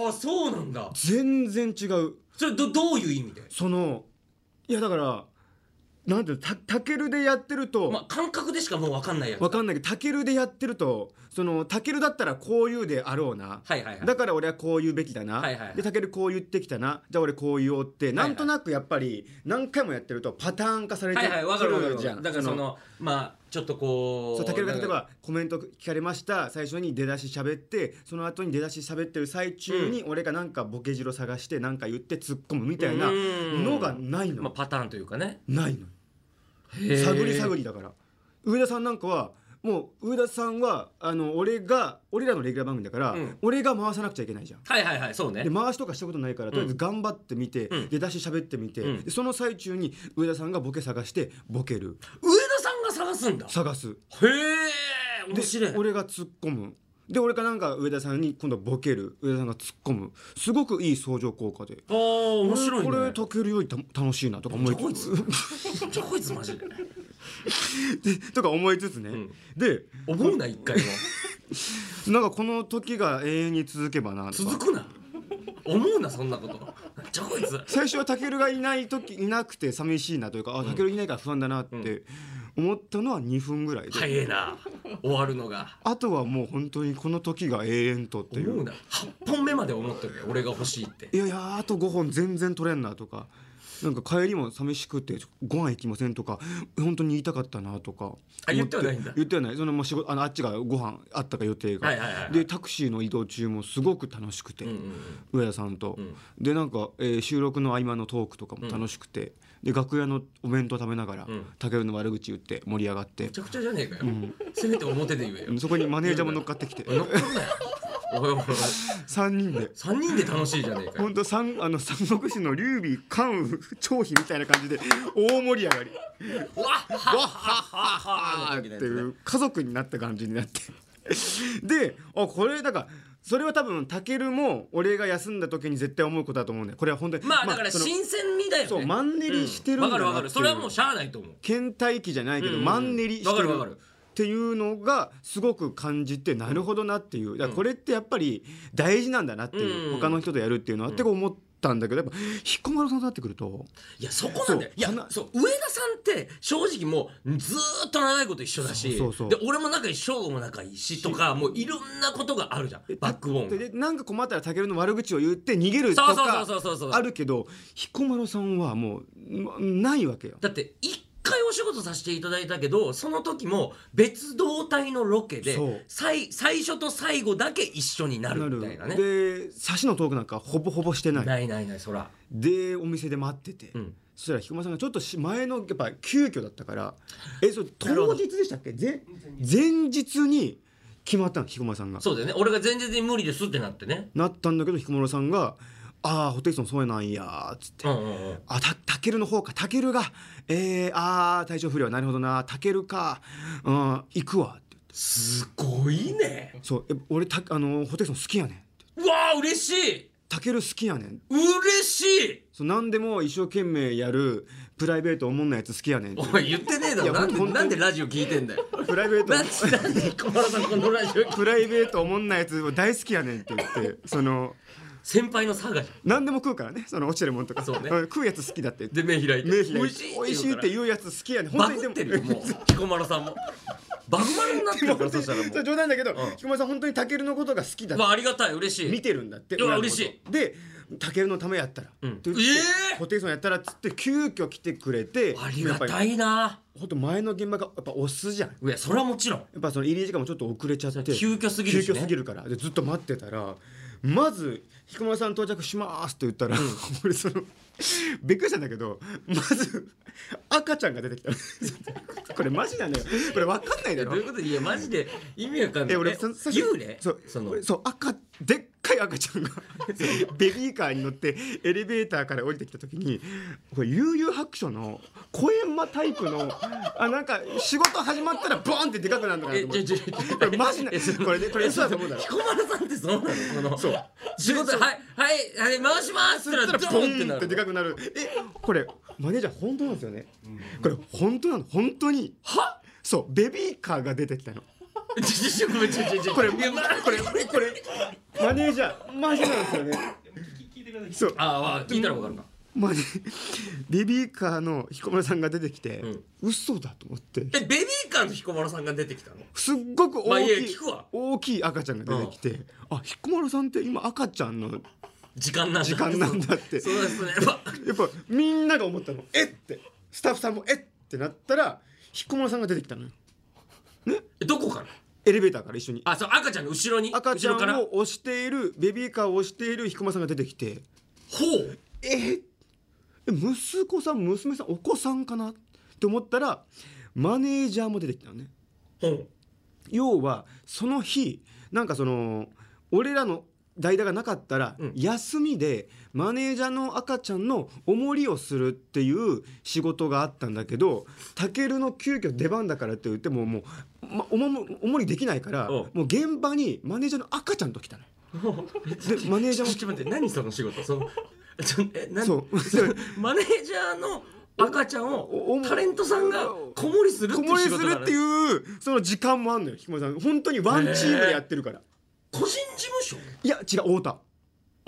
Speaker 2: えあそうなんだ
Speaker 3: 全然違う
Speaker 2: それどどういう意味で、
Speaker 3: そのいやだからなんていうのたたけるでやってると、
Speaker 2: まあ、感覚でしかもう分かんないやつ
Speaker 3: わかんないけどたけるでやってるとそのたけるだったらこういうであろうな、
Speaker 2: はいはいはい
Speaker 3: だから俺はこう言うべきだな、
Speaker 2: はいはいはい
Speaker 3: でたけるこう言ってきたなじゃあ俺こう言おうってなんとなくやっぱり何回もやってるとパターン化されて
Speaker 2: はいはい分かる分かる
Speaker 3: じゃん
Speaker 2: だからそのまあちょっとこ
Speaker 3: そううたけるが例え
Speaker 2: なんか
Speaker 3: ばコメント聞かれました最初に出だし喋ってその後に出だし喋ってる最中に俺がなんかボケ汁を探してなんか言って突っ込むみたいなのがないの、
Speaker 2: まあ、パターンというかね
Speaker 3: ないの探り探りだから上田さんなんかはもう上田さんはあの俺が俺らのレギュラー番組だから、
Speaker 2: ん
Speaker 3: 俺が回さなくちゃいけないじゃん
Speaker 2: はいはいはいそうね
Speaker 3: で回しとかしたことないからとりあえず頑張ってみて、出だし喋ってみて、
Speaker 2: うん
Speaker 3: でその最中に上田さんがボケ探してボケる
Speaker 2: 上田さんが探すんだへ
Speaker 3: 探す
Speaker 2: え面白い
Speaker 3: で俺が突っ込むで俺がなんか上田さんに今度ボケる上田さんが突っ込むすごくいい相乗効果で
Speaker 2: あー面白いね
Speaker 3: これこれ解けるよりた楽しいなとか思い
Speaker 2: こい
Speaker 3: つ
Speaker 2: つ ちょこいつマジで
Speaker 3: つ とか思いつつね、で
Speaker 2: 思うな一回も
Speaker 3: なんかこの時が永遠に続けばなとか
Speaker 2: 続くな思うなそんなことちょこいつ
Speaker 3: 最初はタケルがいない時いなくて寂しいなというかあタケルいないから不安だなって思ったのは2分ぐらいで、
Speaker 2: 早えな終わるのが
Speaker 3: あとはもう本当にこの時が永遠とってい
Speaker 2: 思う
Speaker 3: う
Speaker 2: な8本目まで思っとるよ俺が欲しいって
Speaker 3: いやいやあと5本全然取れんなとかなんか帰りも寂しくてご飯行きませんとか本当に言いたかったなとか
Speaker 2: あ言ってはないんだ
Speaker 3: 言ってはないそのもう仕事あのあっちがご飯あったか予定が、
Speaker 2: はいはいはいはい
Speaker 3: でタクシーの移動中もすごく楽しくて、上田さんと、でなんか、えー収録の合間のトークとかも楽しくて、で楽屋のお弁当食べながら、タケルの悪口言って盛り上がって
Speaker 2: めちゃくちゃじゃねえかよ、せめて表で言えよ
Speaker 3: そこにマネージャーも乗っかってきて
Speaker 2: 乗っかるなよおいおいおい
Speaker 3: 3人で。
Speaker 2: 3人で楽しいじゃねえかよ
Speaker 3: 本当三あの三国志の劉備関羽張飛みたいな感じで大盛り上がり
Speaker 2: うわっはっはっはっは
Speaker 3: っ
Speaker 2: ってて
Speaker 3: いう家族になった感じになってであこれだからそれは多分たけるも俺が休んだ時に絶対思うことだと思うんだよこれは本当に
Speaker 2: まあだから
Speaker 3: その
Speaker 2: 新鮮味だよね
Speaker 3: そうマンネリしてる
Speaker 2: わ
Speaker 3: んだ
Speaker 2: か
Speaker 3: な
Speaker 2: るわか
Speaker 3: って
Speaker 2: る
Speaker 3: い
Speaker 2: それはもうしゃあないと思う
Speaker 3: 倦怠期じゃないけどマンネリして
Speaker 2: わか
Speaker 3: る
Speaker 2: るわかる
Speaker 3: っていうのがすごく感じてなるほどなっていうだからこれってやっぱり大事なんだなっていう、
Speaker 2: うん
Speaker 3: 他の人とやるっていうのはって思ったんだけどやっぱ彦摩呂さんとなってくると
Speaker 2: いやそこなんだよいや
Speaker 3: そう
Speaker 2: そう上田さんって正直もうずーっと長いこと一緒だし
Speaker 3: そうそうそう
Speaker 2: で俺も仲いい翔吾も仲いいしとかもういろんなことがあるじゃんバックボーンが
Speaker 3: でなんか困ったらタケルの悪口を言って逃げると
Speaker 2: そうそう
Speaker 3: か
Speaker 2: そうそうそう
Speaker 3: あるけど彦摩呂さんはもうまないわけよ。
Speaker 2: だって一回お仕事させていただいたけどその時も別動体のロケで
Speaker 3: そう
Speaker 2: 最最初と最後だけ一緒になるみたいなね
Speaker 3: で差しのトークなんかほぼほぼしてない
Speaker 2: ないないないそら
Speaker 3: でお店で待ってて、
Speaker 2: うん
Speaker 3: そしたら彦摩呂さんがちょっとし前のやっぱ急遽だった からえそれ当日でしたっけ前前日に決まったの彦摩呂さんが
Speaker 2: そうだよね俺が前日に無理ですってなってね
Speaker 3: なったんだけど彦摩呂さんが「ああホテイソンそうやなんや」っつって。
Speaker 2: うんうんうん
Speaker 3: あたタケルの方かタケルがえー、あー体調不良なるほどなタケルかうん行くわって言って
Speaker 2: すごいね
Speaker 3: そうえ俺たあのホテイソン好きやねんっ
Speaker 2: う
Speaker 3: て
Speaker 2: わー嬉しい
Speaker 3: タケル好きやねん
Speaker 2: 嬉しい
Speaker 3: そう何でも一生懸命やるプライベートおもんなやつ好きやねんって
Speaker 2: お前言ってねえだろ
Speaker 3: いや
Speaker 2: なんで
Speaker 3: ほんと
Speaker 2: なんでラジオ聞いてん だよ
Speaker 3: プライベート
Speaker 2: なんでなんで小原さんこのラジオ聞い
Speaker 3: プライベートおもんなやつを大好きやねんって言ってその
Speaker 2: 先輩の探し
Speaker 3: 何でも食うからねその落ちてるもんとか
Speaker 2: そうね
Speaker 3: ん食うやつ好きだって言って
Speaker 2: で目開いて
Speaker 3: 目開いて
Speaker 2: 美
Speaker 3: 美
Speaker 2: 味しい
Speaker 3: 味しいって言うやつ好きやねん
Speaker 2: バ
Speaker 3: に
Speaker 2: グ
Speaker 3: で
Speaker 2: ってるよもう彦摩呂さんもバグマルになってる からそしたらも
Speaker 3: そう
Speaker 2: う
Speaker 3: 冗談だけど、
Speaker 2: ん
Speaker 3: 菊間さん本当にタケルのことが好きだって
Speaker 2: まあありがたい嬉しい
Speaker 3: 見てるんだって
Speaker 2: いや
Speaker 3: 俺のこと
Speaker 2: 嬉し
Speaker 3: でタケルのためやったら、
Speaker 2: ん
Speaker 3: って言って
Speaker 2: ええ
Speaker 3: ホテイソンやったらっつって急遽来てくれて
Speaker 2: ありが
Speaker 3: やったぱり
Speaker 2: いな
Speaker 3: 本当前の現場がやっぱ押すじゃんや
Speaker 2: いやそれはもちろん
Speaker 3: っぱその入り時間もちょっと遅れちゃって
Speaker 2: 急遽すぎるしね
Speaker 3: 急遽すぎるからでずっと待ってたらまず「彦摩呂さん到着します」って言ったら、俺そのびっくりしたんだけどまず赤ちゃんが出てきたの これマジなんだよこれわかんないだ
Speaker 2: ど
Speaker 3: ろ
Speaker 2: ういうこといやマジで意味わかんない
Speaker 3: え俺
Speaker 2: え
Speaker 3: さ最初
Speaker 2: 幽霊
Speaker 3: そう
Speaker 2: その
Speaker 3: 俺そう赤でっかい赤ちゃんがベビーカーに乗ってエレベーターから降りてきた時にこれ悠々白書の小閻魔タイプのあなんか仕事始まったらボーンってでかくなるのかな
Speaker 2: えち
Speaker 3: と思
Speaker 2: ょ
Speaker 3: っ
Speaker 2: ちょ
Speaker 3: て
Speaker 2: ちょ
Speaker 3: これマジな
Speaker 2: えその
Speaker 3: これねこれ嘘だと思うだろ
Speaker 2: えその彦摩呂さんってそうなのこの
Speaker 3: そう
Speaker 2: 仕事はいはいはい回しますって
Speaker 3: そ
Speaker 2: なら
Speaker 3: したら
Speaker 2: ド
Speaker 3: ボ
Speaker 2: ーンって
Speaker 3: ン
Speaker 2: な
Speaker 3: ってで
Speaker 2: る
Speaker 3: かくなるえこれマネージャー本当なんですよねこれ本当なの本当に
Speaker 2: は
Speaker 3: そうベビーカーが出てきたの
Speaker 2: ちょちょちょごめんちょちょちょ
Speaker 3: これ
Speaker 2: いやまあ
Speaker 3: これこれマネージャーマジなんですよねそう
Speaker 2: ああ聞いたらわかるな
Speaker 3: まあね、ベビーカーの彦村さんが出てきて、
Speaker 2: ん
Speaker 3: 嘘だと思って
Speaker 2: えベビーカーの彦摩呂さんが出てきたの
Speaker 3: すっごく
Speaker 2: まあ
Speaker 3: 大
Speaker 2: いや
Speaker 3: きい,、
Speaker 2: 聞くわ
Speaker 3: 大きい赤ちゃんが出てきて、あ彦村さんって今赤ちゃんのや
Speaker 2: 時間なんだ
Speaker 3: 時間なんだって
Speaker 2: そうですねまあ
Speaker 3: っぱみんなが思ったのえってスタッフさんもえってなったら彦村さんが出てきたのよ
Speaker 2: えどこから
Speaker 3: エレベーターから一緒に
Speaker 2: あそう赤ちゃんの後ろに
Speaker 3: 赤ちゃん
Speaker 2: 後ろからほ
Speaker 3: を押しているベビーカーを押している彦村さんが出てきて
Speaker 2: う
Speaker 3: ええ息子さん娘さんお子さんかなって思ったらマネージャーも出てきたのね
Speaker 2: ほう
Speaker 3: 要はその日なんかその俺らの代打がなかったら、
Speaker 2: うん
Speaker 3: 休みでマネージャーの赤ちゃんのおもりをするっていう仕事があったんだけどタケルの急遽出番だからって言ってももう、ま、おもおもりできないから
Speaker 2: お
Speaker 3: もう現場にマネージャーの赤ちゃんと来たのよ。 でマネージャ
Speaker 2: ちょち
Speaker 3: ー
Speaker 2: ょ待って何その仕事そのちょえ
Speaker 3: も
Speaker 2: 何
Speaker 3: そう
Speaker 2: マネージャーの赤ちゃん
Speaker 3: お
Speaker 2: を
Speaker 3: お
Speaker 2: タレントさんが子守りするってい
Speaker 3: こ
Speaker 2: う
Speaker 3: もり
Speaker 2: 仕
Speaker 3: す
Speaker 2: 事
Speaker 3: る
Speaker 2: だ
Speaker 3: っ
Speaker 2: か
Speaker 3: てい
Speaker 2: ら
Speaker 3: うその時間もあんのよ彦村さん本当にワンチームでやってるから、
Speaker 2: 個人事務所
Speaker 3: いや違う太田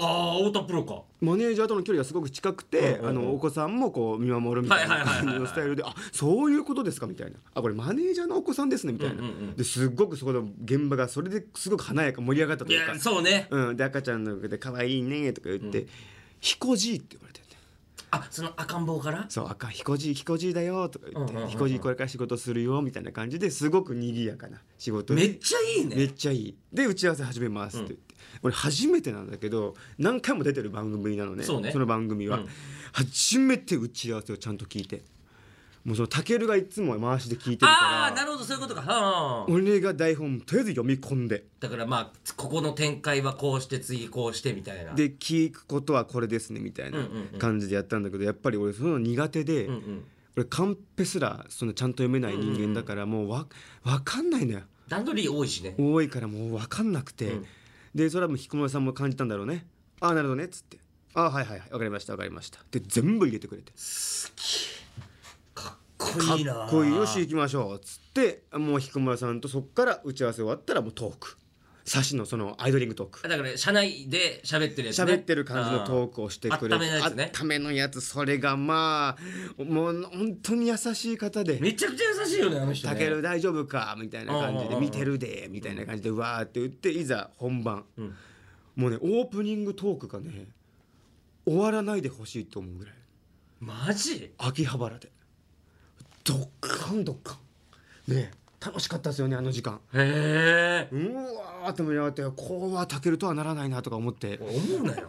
Speaker 2: ああ太田プロか
Speaker 3: マネージャーとの距離がすごく近くて、
Speaker 2: うんうんうん
Speaker 3: あのお子さんもこう見守るみたい
Speaker 2: はいは
Speaker 3: ない
Speaker 2: はいはいはい
Speaker 3: 感じのスタイルで「あそういうことですか」みたいな「あこれマネージャーのお子さんですね」みたいな、
Speaker 2: うんうんうん
Speaker 3: ですっごくそこの現場がそれですごく華やか盛り上がったと
Speaker 2: い
Speaker 3: いうか
Speaker 2: やそうね
Speaker 3: うん、で赤ちゃんの上で「可愛いね」とか言って「彦じい」って言われてて。
Speaker 2: あその赤ん坊から
Speaker 3: そう赤彦じい彦じいだよとか言って、
Speaker 2: うんうんうんうん
Speaker 3: 彦じいこれから仕事するよみたいな感じですごく賑やかな仕事で
Speaker 2: めっちゃいい
Speaker 3: め
Speaker 2: ね
Speaker 3: っちゃいいで打ち合わせ始めますって言って、俺初めてなんだけど何回も出てる番組なのね
Speaker 2: そうね
Speaker 3: の番組は、
Speaker 2: うん
Speaker 3: 初めて打ち合わせをちゃんと聞いてもうそのタケルがいつも回しで聞いてる
Speaker 2: ああ
Speaker 3: か
Speaker 2: ーな
Speaker 3: ら
Speaker 2: るほどそういうことかはあ
Speaker 3: 俺が台本とりあえず読み込んで
Speaker 2: だからまあここの展開はこうして次こうしてみたいな
Speaker 3: で聞くことはこれですねみたいな
Speaker 2: うんうんうん
Speaker 3: 感じでやったんだけどやっぱり俺そういうの苦手で、
Speaker 2: うんうん
Speaker 3: 俺カンペすらそのちゃんと読めない人間だからもうわわかんないのよ
Speaker 2: 段取り多いしね
Speaker 3: 多いからもう分かんなくて、
Speaker 2: うん
Speaker 3: でそれはもう彦摩呂さんも感じたんだろうねああなるほどねっつってああはいはいはい分かりました分かりましたで全部入れてくれて
Speaker 2: かっこいいな
Speaker 3: かっこいいよし行きましょう」っつってもう彦村さんとそっから打ち合わせ終わったらもうトークサシのそのアイドリングトーク
Speaker 2: だから社内で喋ってるやつね
Speaker 3: 喋ってる感じのトークをしてくれ
Speaker 2: あっためのやつね
Speaker 3: ためのやつそれがまあもう本当に優しい方で
Speaker 2: めちゃくちゃ優しいよねあの人ね
Speaker 3: タケル大丈夫かみたいな感
Speaker 2: うん
Speaker 3: じ
Speaker 2: うんうん
Speaker 3: で
Speaker 2: うん
Speaker 3: 見てるでみたいな感じでわーって言っていざ本番、もうねオープニングトークがね終わらないでほしいと思うぐらい
Speaker 2: マジ
Speaker 3: 秋葉原でドッカンドッカンねえ楽しかったですよねあの時間
Speaker 2: へえ
Speaker 3: うわーって盛り上がってこうはタケルとはならないなとか思って
Speaker 2: 思うなよ、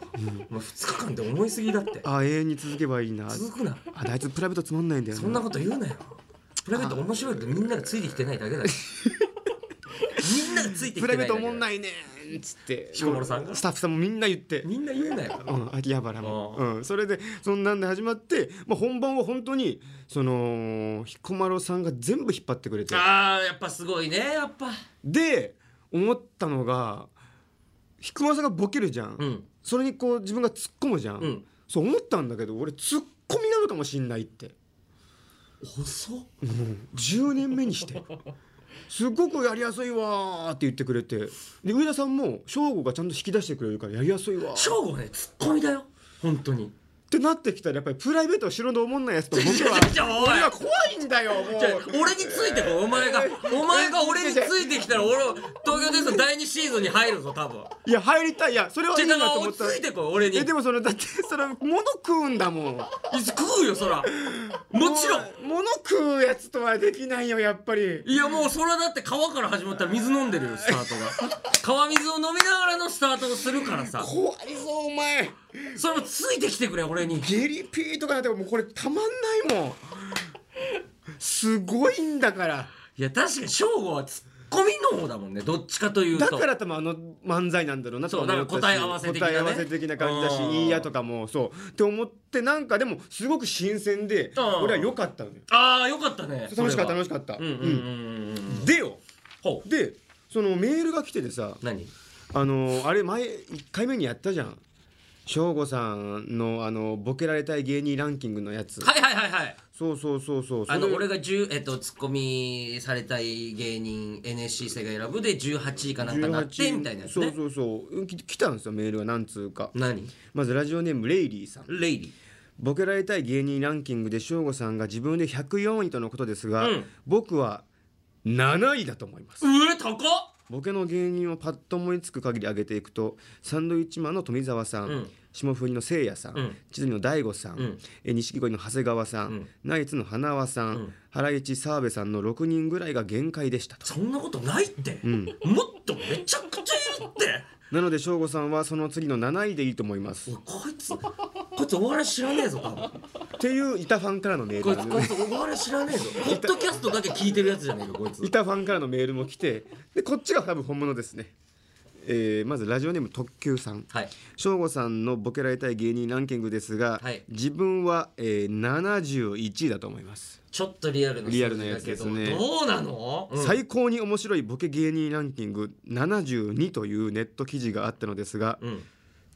Speaker 2: もう2日間で思いすぎだって
Speaker 3: あー永遠に続けばいいな
Speaker 2: 続くな
Speaker 3: ああいつプライベートつまんないんだよ
Speaker 2: そんなこと言うなよプライベート面白いってみんながついてきてないだけだよみんながついてきてな
Speaker 3: プラ
Speaker 2: い
Speaker 3: イベートおもん
Speaker 2: い
Speaker 3: ないねんっつって
Speaker 2: 彦摩呂さんが
Speaker 3: スタッフさんもみんな言って
Speaker 2: みんな言うなよ
Speaker 3: うん、秋葉原も、
Speaker 2: う
Speaker 3: うん、それでそんなんで始まって、まあ、本番は本当にその彦摩呂さんが全部引っ張ってくれて
Speaker 2: あーやっぱすごいねやっぱ
Speaker 3: で思ったのが彦摩呂さんがボケるじゃん、
Speaker 2: うん
Speaker 3: それにこう自分が突っ込むじゃん、
Speaker 2: うん
Speaker 3: そう思ったんだけど俺突っ込みなのかもしんないって
Speaker 2: 遅っ
Speaker 3: 10年目 にして。すごくやりやすいわーって言ってくれてで上田さんも翔吾がちゃんと引き出してくれるからやりやすいわー
Speaker 2: 翔吾ねツッコミだよ本当に
Speaker 3: ってなってきたらやっぱりプライベートを知らんと思んないやつと僕は
Speaker 2: ちょちょちょおい
Speaker 3: 俺は怖いんだよも
Speaker 2: じゃあ
Speaker 3: う
Speaker 2: 俺についてこいお前がお前が俺についてきたら俺東京デスの第2シーズンに入るぞ多分
Speaker 3: いや入りたいいやそれはいい
Speaker 2: じゃあ
Speaker 3: なと思った
Speaker 2: ついてこい俺に
Speaker 3: えでもそのだってそれ物食うんだもんも
Speaker 2: 食うよそらもちろん
Speaker 3: う物食うやつとはできないよやっぱり
Speaker 2: いやもうそれはだって川から始まったら水飲んでるよスタートが川水を飲みながらのスタートをするからさ
Speaker 3: 怖いぞお前
Speaker 2: それもついてきてくれ俺に
Speaker 3: ゲリピーとかなってもうこれたまんないもんすごいんだから
Speaker 2: いや確かに省吾はツッコミの方だもんねどっちかというと
Speaker 3: だから多分あの漫才なんだろうなとか思ったし
Speaker 2: そうだから答え合わせ的なね
Speaker 3: 答え合わせ的な感じだし
Speaker 2: うん
Speaker 3: いいやとかもそうって思ってなんかでもすごく新鮮で
Speaker 2: うん
Speaker 3: 俺は良かったのよ
Speaker 2: ああよかったね
Speaker 3: 楽しかった楽
Speaker 2: し
Speaker 3: しかった、
Speaker 2: うんうんうんうん
Speaker 3: でよ
Speaker 2: ほう
Speaker 3: でそのメールが来ててさ
Speaker 2: 何
Speaker 3: あのあれ前1回目にやったじゃん省吾さんのあのボケられたい芸人ランキングのやつ
Speaker 2: はいはいはいはい
Speaker 3: そうそうそうそうそ
Speaker 2: あの
Speaker 3: れ
Speaker 2: 俺が10、えっと、ツッコミされたい芸人 NSC 世界ラブで18位かなんかなってみたいなやつ
Speaker 3: そう
Speaker 2: ね
Speaker 3: そうそうき来たんですよメールが何通か
Speaker 2: 何
Speaker 3: まずラジオネームレイリーさん
Speaker 2: レイリー
Speaker 3: ボケられたい芸人ランキングで省吾さんが自分で104位とのことですが、
Speaker 2: うん
Speaker 3: 僕は7位だと思います
Speaker 2: うえ高っ
Speaker 3: ボケの芸人をパッと思いつく限り上げていくとサンドウィッチマンの富澤さん、
Speaker 2: うん
Speaker 3: 霜降りのせいやさん、
Speaker 2: うん
Speaker 3: 千鳥の大悟さん、
Speaker 2: ん
Speaker 3: え錦鯉の長谷川さん、
Speaker 2: ん
Speaker 3: ナイツの花輪さん、ハライチ澤部さんの6人ぐらいが限界でしたと
Speaker 2: そんなことないって、もっとめちゃくちゃいるって
Speaker 3: なので省吾さんはその次の7位でいいと思いますっ
Speaker 2: こいつこいつお笑い知らねえぞ多分
Speaker 3: ていういたファンからのメー
Speaker 2: こ
Speaker 3: ル
Speaker 2: い
Speaker 3: な
Speaker 2: つ
Speaker 3: ん
Speaker 2: こ
Speaker 3: で
Speaker 2: い
Speaker 3: す
Speaker 2: つお笑い知らねえぞポッドキャストだけ聞いてるやつじゃねえかこいつ
Speaker 3: いたファンからのメールも来てでこっちが多分本物ですね、えーまずラジオネーム特急さん
Speaker 2: はい
Speaker 3: 省吾さんのボケられたい芸人ランキングですが、
Speaker 2: はい
Speaker 3: 自分は、えー、71位だと思います、
Speaker 2: ちょっとリアルな
Speaker 3: リアルなやつです
Speaker 2: 数
Speaker 3: ね
Speaker 2: 字だけどどうなの、うん
Speaker 3: 最高に面白いボケ芸人ランキング72というネット記事があったのですが、
Speaker 2: ん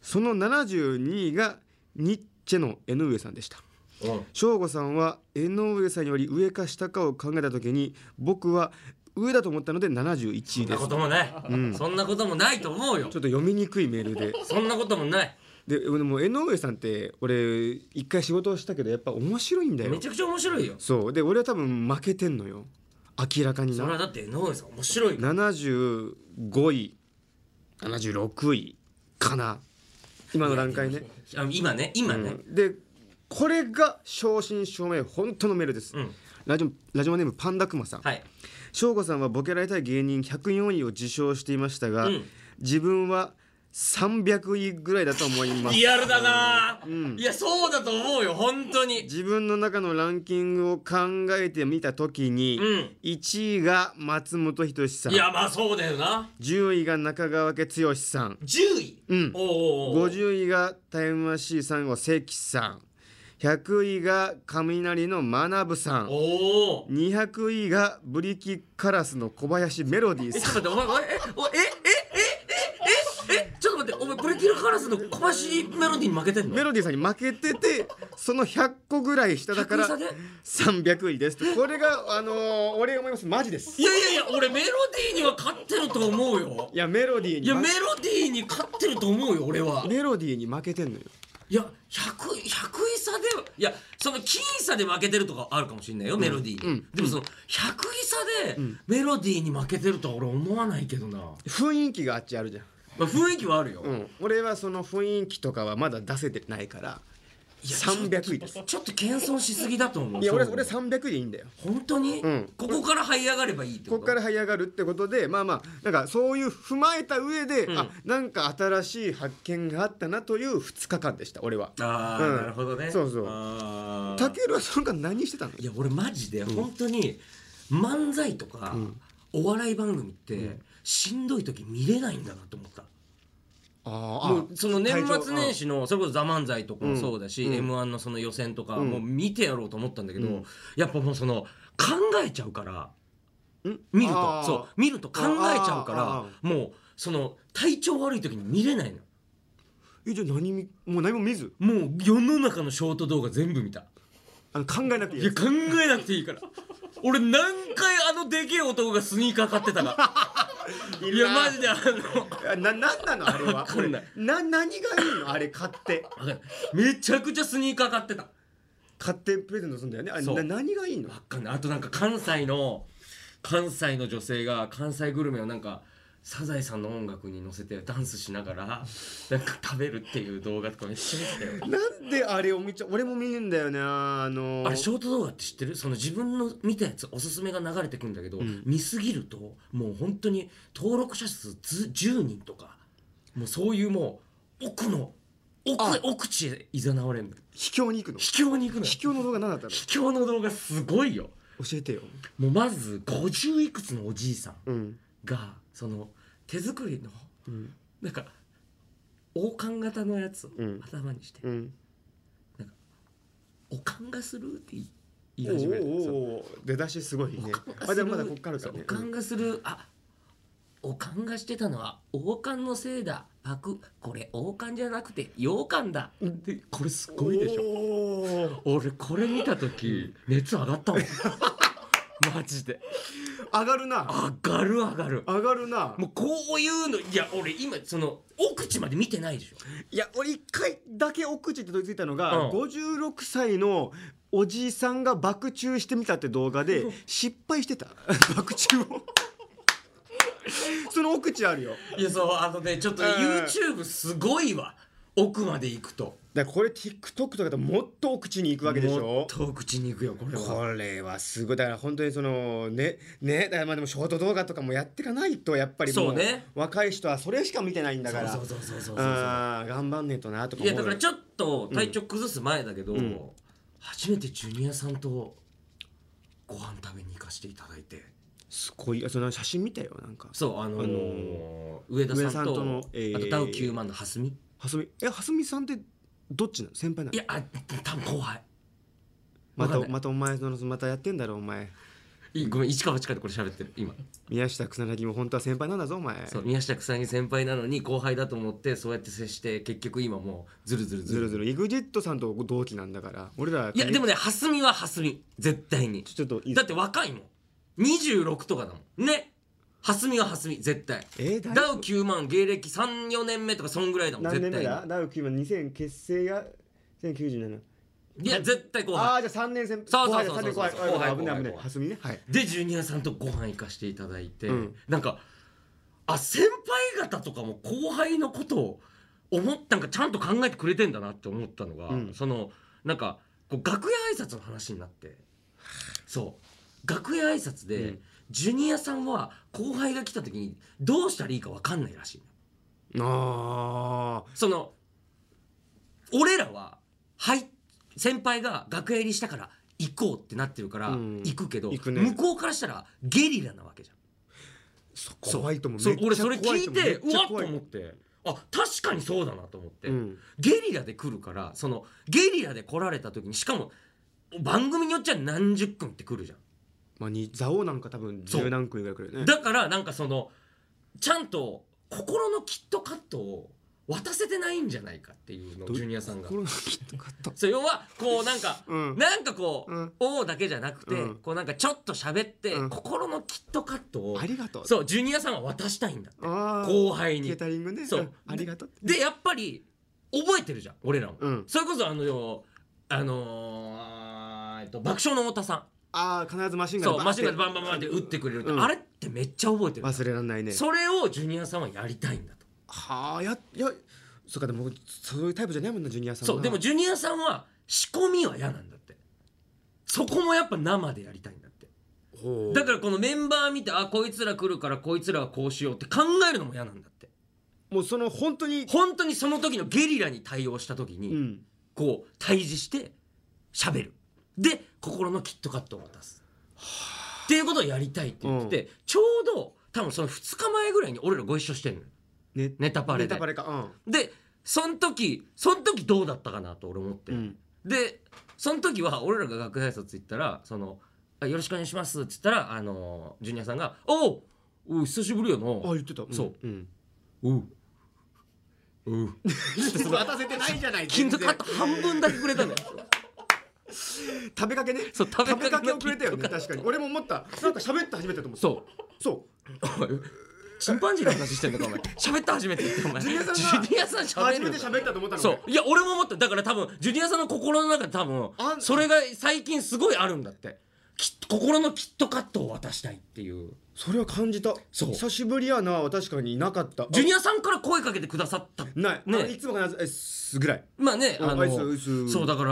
Speaker 3: その72位がニッチェの江上さんでした
Speaker 2: うん
Speaker 3: 省吾さんは江上さんより上か下かを考えた時に僕は上だと思ったので71
Speaker 2: そん
Speaker 3: 位
Speaker 2: な
Speaker 3: です
Speaker 2: こともない、そんなこともないと思うよ
Speaker 3: ちょっと読みにくいメールで
Speaker 2: そんなこともない
Speaker 3: ででも江上さんって俺一回仕事をしたけどやっぱ面白いんだよ
Speaker 2: めちゃくちゃ面白いよ
Speaker 3: そうで俺は多分負けてんのよ明らかに
Speaker 2: それは
Speaker 3: な
Speaker 2: だって江上さん面白いよ
Speaker 3: 75位76位かな今の段階ね、
Speaker 2: あの今ね今
Speaker 3: う
Speaker 2: ね、
Speaker 3: ん、でこれが正真正銘本当のメールです、
Speaker 2: うん
Speaker 3: ラジオラジオネームパンダクマさん、
Speaker 2: はい
Speaker 3: 翔吾さんはボケられたい芸人104位を受賞していましたが、
Speaker 2: うん
Speaker 3: 自分は300位ぐらいだと思います
Speaker 2: リアルだな、いやそうだと思うよ本当に
Speaker 3: 自分の中のランキングを考えてみた時に、
Speaker 2: うん
Speaker 3: 1位が松本人志さん
Speaker 2: いやまあそうだよな
Speaker 3: 10位が中川家剛さん
Speaker 2: 10位、
Speaker 3: うん
Speaker 2: おうおうおう
Speaker 3: 50位がタイムマシーン3号関さん100位が雷の学さん
Speaker 2: おお
Speaker 3: 200位がブリキカラスの小林メロディー
Speaker 2: え、ちょ
Speaker 3: さ
Speaker 2: っと待って、お前、お前え、おえ、え、え、え、え、え、ちょっと待って、お前、ブプレキルカラスの小林メロディーに負けてんの
Speaker 3: メロディーさんに負けててその100個ぐらい下だから
Speaker 2: 100差で
Speaker 3: 300位ですとこれがあのー、俺思いますマジです
Speaker 2: いやいやいや俺メロディーには勝ってると思うよ
Speaker 3: いやメロディー
Speaker 2: い
Speaker 3: に
Speaker 2: や
Speaker 3: 負
Speaker 2: メロディーに勝ってると思うよ俺は
Speaker 3: けメロディーに負けてんのよ
Speaker 2: いや 100, 100位差ではいやその僅位差で負けてるとかあるかもしれないよ、メロディーに、でもその100位差でメロディーに負けてるとは俺思わないけどな、
Speaker 3: 雰囲気があっちあるじゃん、
Speaker 2: まあ、雰囲気はあるよ、
Speaker 3: うん、俺はその雰囲気とかはまだ出せてないから300位です
Speaker 2: ちょっと謙遜しすぎだと思う
Speaker 3: いや俺
Speaker 2: そう
Speaker 3: 俺300位でいいんだよ
Speaker 2: 本当に、
Speaker 3: ん
Speaker 2: ここから這い上がればいいってこ
Speaker 3: ことこから這い上がるってことでまあまあなんかそういう踏まえた上で、あなんか新しい発見があったなという2日間でした俺は
Speaker 2: ああ、
Speaker 3: うん
Speaker 2: なるほどね
Speaker 3: そうそう
Speaker 2: あー
Speaker 3: たけるはその間何してたの
Speaker 2: いや俺マジで本当に漫才とかお笑い番組ってしんどい時見れないんだなと思った、も
Speaker 3: あ
Speaker 2: うその年末年
Speaker 3: 始
Speaker 2: 始のそれこそ「ザ漫才とかもそうだし、m 1のその予選とかもう見てやろうと思ったんだけど、やっぱもうその考えちゃうから見ると
Speaker 3: あー
Speaker 2: そう見ると考えちゃう
Speaker 3: あーあ
Speaker 2: からもうその体調悪い時に見れないの
Speaker 3: えじゃあ何みもう何も見ず
Speaker 2: もう世の中のショート動画全部見た
Speaker 3: あの考えなくていい
Speaker 2: いや考えなくていいから俺何回あのでけえ男がスニーカー買ってたか
Speaker 3: い
Speaker 2: い
Speaker 3: る
Speaker 2: や
Speaker 3: な
Speaker 2: マジであの
Speaker 3: あな何なのあれは
Speaker 2: わかんない
Speaker 3: 俺な何がいいのあれ買って
Speaker 2: わかんないめちゃくちゃスニーカー買ってた
Speaker 3: 買ってプレゼントするんだよねあれ
Speaker 2: そう
Speaker 3: な何がいいの
Speaker 2: わかんないあとなんか関西の関西の女性が関西グルメをなんかサザエさんの音楽に乗せてダンスしながらなんか食べるっていう動画とかめっちゃ見てたよ
Speaker 3: なんであれを見ちゃ俺も見るんだよねあのー
Speaker 2: あれショート動画って知ってるその自分の見たやつおすすめが流れてくんだけど、見すぎるともう本当に登録者数ず10人とかもうそういうもう奥の奥へ奥地へいざなわれるの
Speaker 3: 秘境に行くの
Speaker 2: 秘境に行くのよ
Speaker 3: 秘境の動画何だったの
Speaker 2: 秘境の動画すごいよ
Speaker 3: 教えてよ
Speaker 2: もうまず50いくつのおじいさん
Speaker 3: うん
Speaker 2: がその手作りの、なんか王冠型のやつを
Speaker 3: ん
Speaker 2: 頭にして
Speaker 3: うん
Speaker 2: 「おかんがする」って言い
Speaker 3: お
Speaker 2: 始め
Speaker 3: ー
Speaker 2: る
Speaker 3: おー
Speaker 2: そう
Speaker 3: おー出だしすごい ね
Speaker 2: おかんがする
Speaker 3: あでもまだこっからだ
Speaker 2: そう
Speaker 3: ね
Speaker 2: おかんがするあおかんがしてたのは王冠のせいだパクこれ王冠じゃなくて羊羹だでこれすごいでしょ
Speaker 3: ょ
Speaker 2: 俺これ見た時熱上がったもん マジで
Speaker 3: 上がるな
Speaker 2: 上がる上がる
Speaker 3: 上がるな
Speaker 2: もうこういうのいや俺今その奥地まで見てないでしょ
Speaker 3: いや俺一回だけ奥地って取り付いたのが、
Speaker 2: うん
Speaker 3: 56歳のおじいさんが爆中してみたって動画で失敗してた爆中をその奥地あるよ
Speaker 2: いやそうあのねちょっとね、
Speaker 3: うん
Speaker 2: YouTube すごいわ奥まで行くと
Speaker 3: だからこれ TikTok とかだともっと奥地に行くわけでし
Speaker 2: も
Speaker 3: ょ
Speaker 2: っと口に行くよこれは
Speaker 3: これはすごいだから本当にそのねねだからまあでもショート動画とかもやっていかないとやっぱりも
Speaker 2: そうね
Speaker 3: 若い人はそれしか見てないんだから
Speaker 2: そうそうそうそうそうそう
Speaker 3: あー頑張んねえとなとか
Speaker 2: い
Speaker 3: 思
Speaker 2: や
Speaker 3: う
Speaker 2: だからち
Speaker 3: ょ
Speaker 2: ょっと体調崩す前だけど、初めてジュニアさんとご飯食べに行かせていただいて
Speaker 3: すごいあその写真見たよなんか
Speaker 2: そうあのー
Speaker 3: あの
Speaker 2: 上田さんと
Speaker 3: 上田さんとのえー
Speaker 2: あとダウ9万の蓮見
Speaker 3: はすみえはすみさんってどっちなの先輩なの
Speaker 2: いやあ多分後輩
Speaker 3: ま
Speaker 2: わ
Speaker 3: た
Speaker 2: かんない
Speaker 3: またお前のまたやってんだろお前
Speaker 2: いいごめん一か八かでこれ喋ってる今
Speaker 3: 宮下草薙も本当は先輩なんだぞお前
Speaker 2: そう宮下草薙先輩なのに後輩だと思ってそうやって接して結局今もうズルズルズ
Speaker 3: ず
Speaker 2: ル
Speaker 3: るずる EXIT さんと同期なんだから俺ら
Speaker 2: いやでもね蓮見は蓮見絶対に
Speaker 3: ちょっといい
Speaker 2: だって若いもん26とかだもんね蓮見は蓮見絶対
Speaker 3: えー大丈
Speaker 2: ダ
Speaker 3: 夫
Speaker 2: ウ9万芸歴34年目とかそんぐらいだもん
Speaker 3: 何
Speaker 2: 絶
Speaker 3: 年
Speaker 2: 対
Speaker 3: 目
Speaker 2: に
Speaker 3: だダウ9万2000結成が1097
Speaker 2: いや絶対後
Speaker 3: あ
Speaker 2: 輩
Speaker 3: あじゃあ3年先
Speaker 2: そう
Speaker 3: 輩
Speaker 2: そう
Speaker 3: 後
Speaker 2: そう
Speaker 3: 輩
Speaker 2: そう
Speaker 3: だ3年
Speaker 2: 後輩
Speaker 3: 後輩危な
Speaker 2: 後
Speaker 3: い
Speaker 2: 輩
Speaker 3: 危ない
Speaker 2: 後輩
Speaker 3: はすみねはい
Speaker 2: でジュニアさんとご飯行かしていただいて、
Speaker 3: ん
Speaker 2: なんかあ先輩方とかも後輩のことを思っなんかちゃんと考えてくれてんだなって思ったのが、そのなんかこう楽屋挨拶の話になってそう楽屋挨拶で、ジュニアさんは後輩が来た時にどうしたらいいか分かんないらしいの
Speaker 3: ああ
Speaker 2: その俺らははい先輩が楽屋入りしたから行こうってなってるから
Speaker 3: ん
Speaker 2: 行くけど、
Speaker 3: 行くね
Speaker 2: 向こうからしたらゲリラなわけじゃん。そう
Speaker 3: 怖いと思う
Speaker 2: そう
Speaker 3: めっ
Speaker 2: 俺
Speaker 3: ちゃ
Speaker 2: それ
Speaker 3: 怖
Speaker 2: 聞い
Speaker 3: と思
Speaker 2: て
Speaker 3: めっ
Speaker 2: う
Speaker 3: ちゃ
Speaker 2: わっと
Speaker 3: 怖い
Speaker 2: 思ってあ確かにそうだなと思って、
Speaker 3: ん
Speaker 2: ゲリラで来るからそのゲリラで来られた時にしかも番組によっちゃ何十組って来るじゃん。
Speaker 3: まあに蔵王なんか多分
Speaker 2: そう
Speaker 3: 十何組ぐらいくるよね
Speaker 2: だからなんかそのちゃんと心のキットカットを渡せてないんじゃないかっていうのをジュニアさんが
Speaker 4: こ。れがきつかった
Speaker 2: そう要はこうなんか、
Speaker 3: うん
Speaker 2: なんかこう、
Speaker 3: うん
Speaker 2: 王だけじゃなくて、
Speaker 3: うん
Speaker 2: こうなんかちょっと喋って、
Speaker 3: うん
Speaker 2: 心のキットカットを
Speaker 3: ありがとう
Speaker 2: そうジュニアさんは渡したいんだって
Speaker 3: あー
Speaker 2: 後輩に
Speaker 3: ケータリングね
Speaker 2: そう
Speaker 3: うんありがとう
Speaker 2: でやっぱり覚えてるじゃん俺らも、
Speaker 3: うん
Speaker 2: それこそあのよあのーえっと爆笑の太田さ
Speaker 3: ああ必ずマシン
Speaker 2: ん
Speaker 3: ガン
Speaker 2: そうマシンガンでバン
Speaker 3: ン
Speaker 2: バンバンって打ってくれるって、
Speaker 3: うん
Speaker 2: あれってめっちゃ覚えてる、
Speaker 3: 忘れられないね
Speaker 2: それをジュニアさんはやりたいんだと
Speaker 3: はあややそうかでもそういうタイプじゃないもんなジュニアさんは
Speaker 2: そうでもジュニアさんは仕込みは嫌なんだってそこもやっぱ生でやりたいんだって
Speaker 3: ほう
Speaker 2: だからこのメンバー見てあこいつら来るからこいつらはこうしようって考えるのも嫌なんだって
Speaker 3: もうその本当に
Speaker 2: 本当にその時のゲリラに対応した時に、
Speaker 3: うん
Speaker 2: こう対峙して喋るで心のキットカットを渡すっていうことをやりたいって言ってて、ちょうど多分その2日前ぐらいに俺らご一緒してんのよ
Speaker 3: ネ
Speaker 2: ネタパレ
Speaker 3: ネ
Speaker 2: で
Speaker 3: タパレか
Speaker 2: でその時その時どうだったかなと俺思って、
Speaker 3: うんうん
Speaker 2: でその時は俺らが楽屋挨拶行ったら「そのあよろしくお願いします」って言ったらあのジュニアさんが「おうおう久しぶりやな」
Speaker 3: あ言ってたん
Speaker 2: そ
Speaker 3: うん
Speaker 2: ううう
Speaker 3: 渡せてないじ ゃない
Speaker 2: 金属カット半分だけくれたのよ
Speaker 3: 食べかけね
Speaker 2: そう食べかけの
Speaker 3: をくれたよ
Speaker 2: キ
Speaker 3: ね
Speaker 2: ットカッ
Speaker 3: 確かに俺も 思ったなんか喋って初めてと思った
Speaker 2: そう
Speaker 3: そう
Speaker 2: おいチンパンジーの話してんのかお前喋った初めてってお前ジ
Speaker 3: ュニアさんが
Speaker 2: ュニアさん喋る
Speaker 3: 初め
Speaker 2: の
Speaker 3: て
Speaker 2: か
Speaker 3: 喋ったと思ったの
Speaker 2: そ
Speaker 3: 俺
Speaker 2: ういや俺も思っただから多分ジュニアさんの心の中で多
Speaker 3: あ
Speaker 2: 分
Speaker 3: ん
Speaker 2: それが最近すごいあるんだってき心のキットカットを渡したいっていう
Speaker 3: それは感じた
Speaker 2: そう
Speaker 3: 久しぶりやなは確かにいなかった
Speaker 2: ジュニアさんから声かけてくださった
Speaker 3: ない
Speaker 2: ね
Speaker 3: あいつも必ず「えす」ぐらい
Speaker 2: まあね
Speaker 3: うん
Speaker 2: あ
Speaker 3: アイスアイ
Speaker 2: の
Speaker 3: ス
Speaker 2: そうだか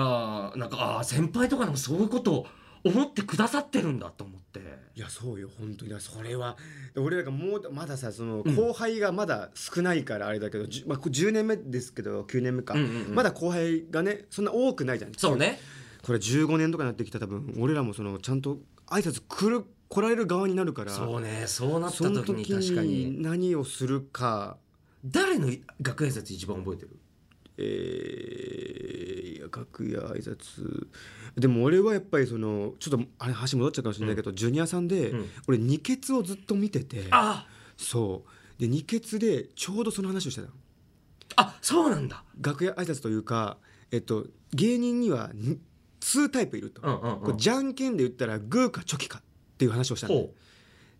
Speaker 2: らなんかああ先輩とかでもそういうことを思ってくださってるんだと思って
Speaker 3: いやそうよ本当にそれは俺らがもうまださその後輩がまだ少ないからあれだけど、じゅまあ、こ10年目ですけど9年目か、
Speaker 2: んうんうん
Speaker 3: まだ後輩がねそんな多くないじゃん
Speaker 2: そうね
Speaker 3: これ15年とかになってきたら多分俺らもそのちゃんと挨拶来る来られる側になるから
Speaker 2: そうねそうなった
Speaker 3: その
Speaker 2: 時
Speaker 3: 時
Speaker 2: に確かに
Speaker 3: に何をするか
Speaker 2: 誰の学園説一番覚えてる
Speaker 3: えー、楽屋挨拶でも俺はやっぱりそのちょっとあれ話戻っちゃうかもしれないけど、ジュニアさんで、
Speaker 2: うん
Speaker 3: 俺二ケツをずっと見てて
Speaker 2: あ
Speaker 3: そうで二ケツでちょうどその話をしてたの
Speaker 2: ああそうなんだ
Speaker 3: 楽屋挨拶というか、えっと、芸人にはに2タイプいると、
Speaker 2: うんうんうん
Speaker 3: これじゃんけんで言ったらグーかチョキかっていう話をしたの、
Speaker 2: ほ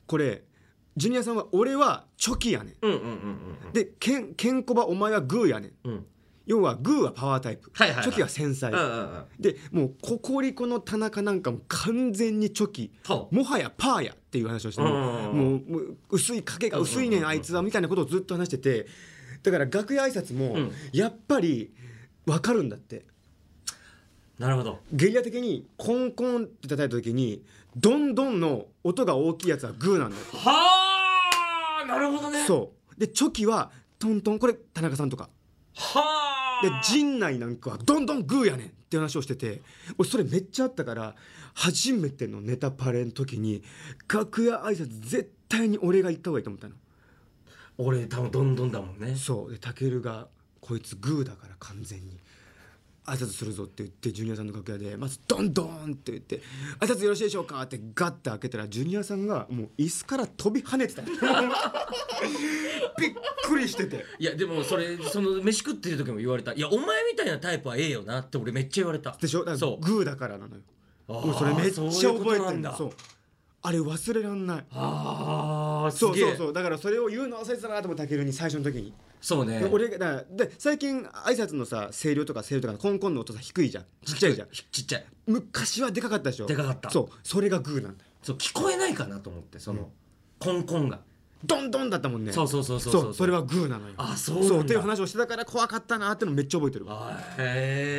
Speaker 3: これジュニアさんは俺はチョキやねん
Speaker 2: ううんうんうん
Speaker 3: でケンケンコバお前はグーやねん
Speaker 2: うんうん
Speaker 3: 要はグーはパワータイプ、
Speaker 2: はいはいはい
Speaker 3: チョキは繊細、
Speaker 2: うんうんうん
Speaker 3: でもうココリコの田中なんかも完全にチョキ
Speaker 2: ほう
Speaker 3: もはやパーやっていう話をしても
Speaker 2: うん
Speaker 3: もうもう薄い影が薄いねんあいつはみたいなことをずっと話しててだから楽屋挨拶も
Speaker 2: うん
Speaker 3: やっぱり分かるんだって
Speaker 2: なるほど
Speaker 3: ゲリラ的にコンコンって叩いた時にどんどんの音が大きいやつはグーなんだよ
Speaker 2: はあなるほどね
Speaker 3: そうでチョキはトントンこれ田中さんとか
Speaker 2: はあ
Speaker 3: で陣内なんかはどんどんグーやねんって話をしてて俺それめっちゃあったから初めてのネタパレの時に楽屋挨拶絶対に俺が行った方がいいと思ったの
Speaker 2: 俺多分どんどんだもんね
Speaker 3: そうでたけるがこいつグーだから完全に挨拶するぞって言ってジュニアさんの楽屋でまずドンドンって言って「挨拶よろしいでしょうか?」ってガッて開けたらジュニアさんがもう椅子から飛び跳ねてたの びっくりしてて
Speaker 2: いやでもそれその飯食ってる時も言われたいやお前みたいなタイプはええよなって俺めっちゃ言われた
Speaker 3: でしょだから
Speaker 2: そう
Speaker 3: グーだからなのよ
Speaker 2: あー
Speaker 3: もうそれめっちゃ
Speaker 2: そういうこと
Speaker 3: 覚えて
Speaker 2: な
Speaker 3: る
Speaker 2: ん
Speaker 3: ん
Speaker 2: だ
Speaker 3: だそうあれ忘れらんない
Speaker 2: ああす
Speaker 3: そう
Speaker 2: げえ
Speaker 3: そうそうだからそれを言うの忘れてたなと思ったけるに最初の時に、
Speaker 2: そうね
Speaker 3: 俺がだからで最近挨拶のさ声量とか声量とかコンコンの音さ低いじゃんちっちゃいじゃん
Speaker 2: ちっちゃい
Speaker 3: 昔はでかかったでしょ
Speaker 2: でかかった
Speaker 3: そうそれがグーなんだよ
Speaker 2: そう聞こえないかなと思ってそのコンコンが
Speaker 3: ドンドンだったもんね
Speaker 2: そうそうそうそうそう
Speaker 3: それはグーなのよ
Speaker 2: あそうなんだ
Speaker 3: そうっていう話をしてたから怖かったなってのめっちゃ覚えてるわ
Speaker 2: あーへ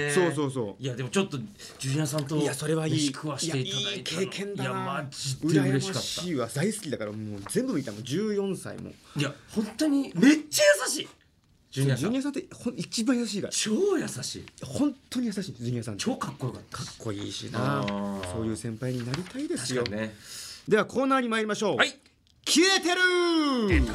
Speaker 2: え
Speaker 3: そうそうそう
Speaker 2: いやでもちょっとジュニアさんと
Speaker 3: いやそれはいい
Speaker 2: 飯食わしていただい
Speaker 3: やいい
Speaker 2: た
Speaker 3: 経験だない
Speaker 2: やマジで
Speaker 3: 羨ま
Speaker 2: 嬉しか
Speaker 3: し
Speaker 2: っ
Speaker 3: いわ大好きだからもう全部見たもん14歳も
Speaker 2: たいや本当にめっちゃ優しいジュニア
Speaker 3: ジ
Speaker 2: さ
Speaker 3: ュニ
Speaker 2: ん
Speaker 3: アさんってほん一番優しいから
Speaker 2: 超優しい
Speaker 3: 本当に優しいジュニアさんって
Speaker 2: 超かっこよかった
Speaker 3: かっこいいしな
Speaker 2: あー
Speaker 3: そういう先輩になりたいですよ、
Speaker 2: 確かにね
Speaker 3: ではコーナーに参りましょう、
Speaker 2: はい
Speaker 3: 消えてる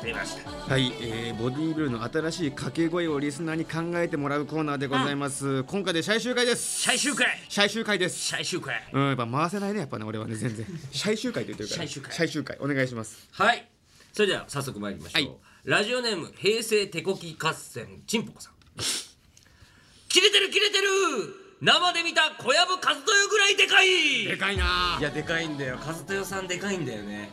Speaker 2: 出ました
Speaker 3: はい、えーボディービルの新しい掛け声をリスナーに考えてもらうコーナーでございます、今回で最終回です
Speaker 2: 最終回
Speaker 3: 最終回です
Speaker 2: 最終回
Speaker 3: うんやっぱ回せないねやっぱね俺はね全然最終回って言ってるから
Speaker 2: 最終回
Speaker 3: 最終回お願いします
Speaker 2: はいそれでは早速参りましょう、
Speaker 5: はい
Speaker 2: ラジオネーム平成手こき合戦ちんぽこさん切れてる切れてる生で見た小籔和豊ぐらいでかい
Speaker 5: でかいない
Speaker 2: やでかいんだよ和豊さんでかいんだよね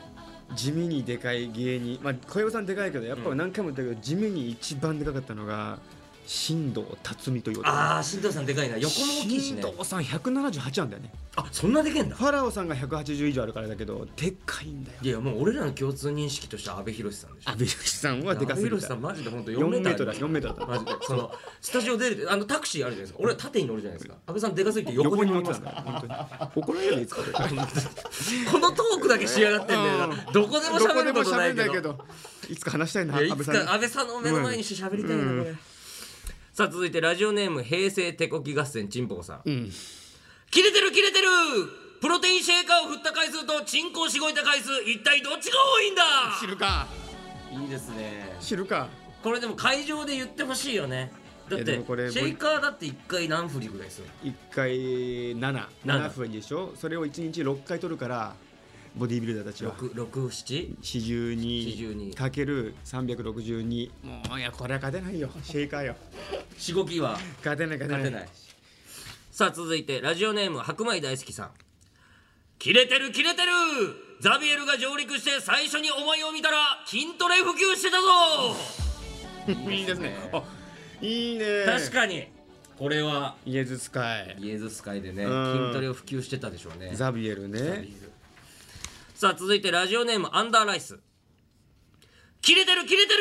Speaker 3: 地味にでかい芸人、まあ、小籔さんでかいけどやっぱ何回も言ったけど、地味に一番でかかったのが新藤辰巳という男
Speaker 2: ああ新藤さんでかいな横も大きいし
Speaker 3: 新
Speaker 2: ね
Speaker 3: 藤さん178なんだよね
Speaker 2: あそんなでけえんだ
Speaker 3: ファラオさんが180以上あるからだけどでっかいんだよ
Speaker 2: いやもう俺らの共通認識としては阿部寛さんでしょ
Speaker 3: 阿部寛さんはでかす
Speaker 2: 阿
Speaker 3: ぎ
Speaker 2: 部寛
Speaker 3: た
Speaker 2: さんマジで本当
Speaker 3: 4
Speaker 2: 4
Speaker 3: メ
Speaker 2: メー
Speaker 3: ー
Speaker 2: ト
Speaker 3: トル
Speaker 2: ル
Speaker 3: だ4メートルだ
Speaker 2: マジでそのスタジオ出てあのタクシーあるじゃないですか俺は縦に乗るじゃないですか阿部さんでかすぎて横
Speaker 3: 横
Speaker 2: に乗
Speaker 3: に乗っ
Speaker 2: り
Speaker 3: て
Speaker 2: ま
Speaker 3: た
Speaker 2: すか
Speaker 3: んだ
Speaker 2: ら
Speaker 3: よ本当に怒られるいつか
Speaker 2: このトークだけ仕上がってんだよなどこでも
Speaker 3: どこ
Speaker 2: 喋
Speaker 3: で
Speaker 2: る
Speaker 3: も
Speaker 2: ことな
Speaker 3: 喋
Speaker 2: い
Speaker 3: んない
Speaker 2: け
Speaker 3: け
Speaker 2: ど
Speaker 3: どいつか話したいない
Speaker 2: やい
Speaker 3: 安
Speaker 2: つ
Speaker 3: 倍さんに
Speaker 2: か安倍さんの目の前にして喋りたいなこれさあ続いてラジオネーム平成手こき合戦ちんぽこさん切れてる切れてるプロテインシェーカーを振った回数とチンコをしごいた回数一体どっちが多いんだ
Speaker 5: 知るか
Speaker 2: いいですね
Speaker 3: 知るか
Speaker 2: これでも会場で言ってほしいよねだっ
Speaker 3: いやで
Speaker 2: てシ
Speaker 3: もこれ
Speaker 2: ェイカーだって1回何振りぐらいするの
Speaker 3: 1回77分でしょそれを1日6回取るからボディービルダーたちは
Speaker 2: 6 6 7 42
Speaker 3: 42かける362もういやこれは勝てな いよシェイカーよ
Speaker 2: しごきは
Speaker 3: 勝てない勝てない
Speaker 2: 勝てないさあ続いてラジオネーム白米大好きさん切れてる切れてるザビエルが上陸して最初にお前を見たら筋トレ普及してたぞ
Speaker 3: いいですねあいいね
Speaker 2: 確かにこれは
Speaker 3: イエズスカイ
Speaker 2: イエズス会でね
Speaker 3: ん
Speaker 2: 筋トレを普及してたでしょうね
Speaker 3: ザビエルね
Speaker 2: さあ続いてラジオネームアンダーライス切れてる切れてる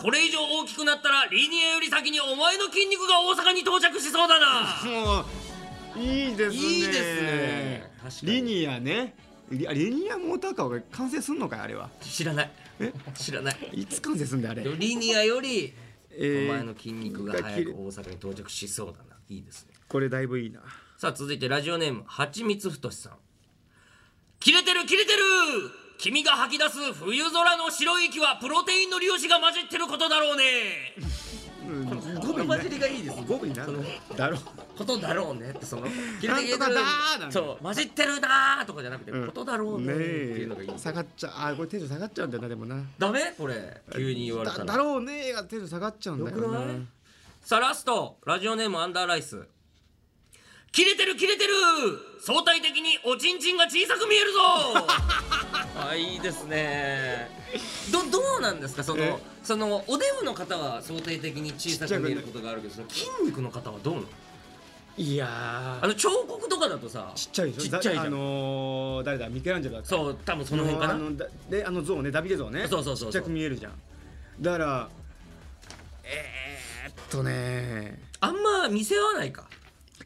Speaker 2: これ以上大きくなったらリニエより先にお前の筋肉が大阪に到着しそうだな
Speaker 3: もういいですね
Speaker 2: いいですね確かに
Speaker 3: リニアねリあリニアモーターカーが完成すんのかいあれは
Speaker 2: 知らない知らない
Speaker 3: いつ完成すんだよあれ
Speaker 2: リニアよりお
Speaker 3: えー
Speaker 2: 前の筋肉が早く大阪に到着しそうだないいですね
Speaker 3: これだいぶいいな
Speaker 2: さあ続いてラジオネームはちみつふとしさん切れてる切れてる君が吐き出す冬空の白い息はプロテインの粒子が混じってることだろうねこの混じりがいいです
Speaker 3: 五分になるだろう
Speaker 2: ことだろうねってその「切
Speaker 3: なんとかだーなんだ
Speaker 2: そう混じってるなー」とかじゃなくて、ことだろうね
Speaker 3: ね
Speaker 2: ー」っていう
Speaker 3: え
Speaker 2: のがいい、
Speaker 3: 下がっちゃうあーこれテンション下がっちゃうんだよなでもな
Speaker 2: ダメこれ急に言われた
Speaker 3: だ
Speaker 2: ら
Speaker 3: だろうねーがテンション下がっちゃうんだよ
Speaker 2: よく
Speaker 3: な
Speaker 2: ないさあラストラジオネームアンダーライス切れてる切れてる相対的におちんちんが小さく見えるぞ あいいですねどどうなんですかその
Speaker 3: え
Speaker 2: そのおデブの方は相対的に小さく見えることがあるけどその筋肉の方はどうなの
Speaker 3: いや
Speaker 2: あの彫刻とかだとさ
Speaker 3: ーちっちゃいで
Speaker 2: ち
Speaker 3: しょ
Speaker 2: っちゃいじゃ
Speaker 3: だ
Speaker 2: ん、
Speaker 3: あのー誰だミケランジェロだっけ
Speaker 2: そう多分その辺かな
Speaker 3: あのだであの像ねダビデ像ね
Speaker 2: そうそうそうそう
Speaker 3: ちっちゃく見えるじゃんだからえー、っとね
Speaker 2: あんま見せ合わないか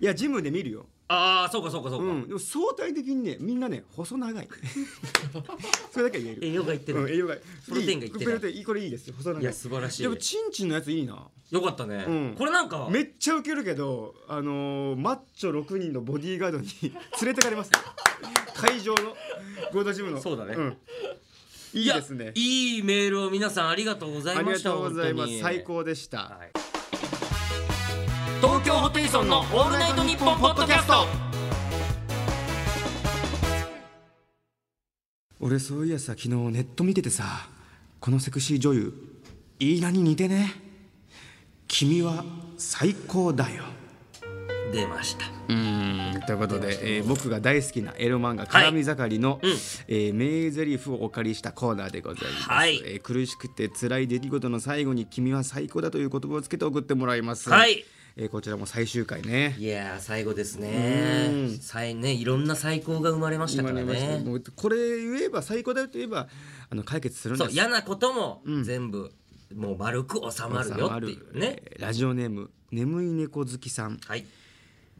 Speaker 3: いやジムで見るよ
Speaker 2: ああそうかそうかそうか、
Speaker 3: うんでも相対的にねみんなね細 長いそれだけは言える
Speaker 2: 栄養がいってる、
Speaker 3: うん、栄養がいい
Speaker 2: プロテインがいってない
Speaker 3: プロテインこれいいですよ細長い
Speaker 2: いや素晴らしい
Speaker 3: でもチンチンのやついいな
Speaker 2: よかったね、
Speaker 3: うん
Speaker 2: これなんか
Speaker 3: めっちゃウケるけどあのーマッチョ6人のボディーガードに連れてかれます よ会場のゴードジムの
Speaker 2: そうだね
Speaker 3: んいいですね
Speaker 2: やいいメールを皆さんありがとうござい
Speaker 3: あり
Speaker 2: ま
Speaker 3: が
Speaker 2: した
Speaker 3: とうございます最
Speaker 2: 本
Speaker 3: 高でした、
Speaker 2: 当にはい東京ホテイソンの「オールナイトニッポン」ポッドキャスト
Speaker 3: 俺そういやさ昨日ネット見ててさこのセクシー女優飯田に似てね君は最高だよ
Speaker 2: 出ました
Speaker 3: うんということで、えー僕が大好きなエロ漫画「絡み盛りの」えー名台詞をお借りしたコーナーでございます、
Speaker 2: はい
Speaker 3: えー苦しくて辛い出来事の最後に「君は最高だ」という言葉をつけて送ってもらいます、
Speaker 2: はい
Speaker 3: えーこちらも最終回ね
Speaker 2: いやー最後ですね最ねいろんな最高が生まれましたから
Speaker 3: 今ね
Speaker 2: ね
Speaker 3: もうこれ言えば最高だよと言えばあの解決するんです
Speaker 2: そう嫌なことも全部、もう丸く収まるよっていうね
Speaker 3: えーラジオネーム眠い猫好きさん
Speaker 2: はい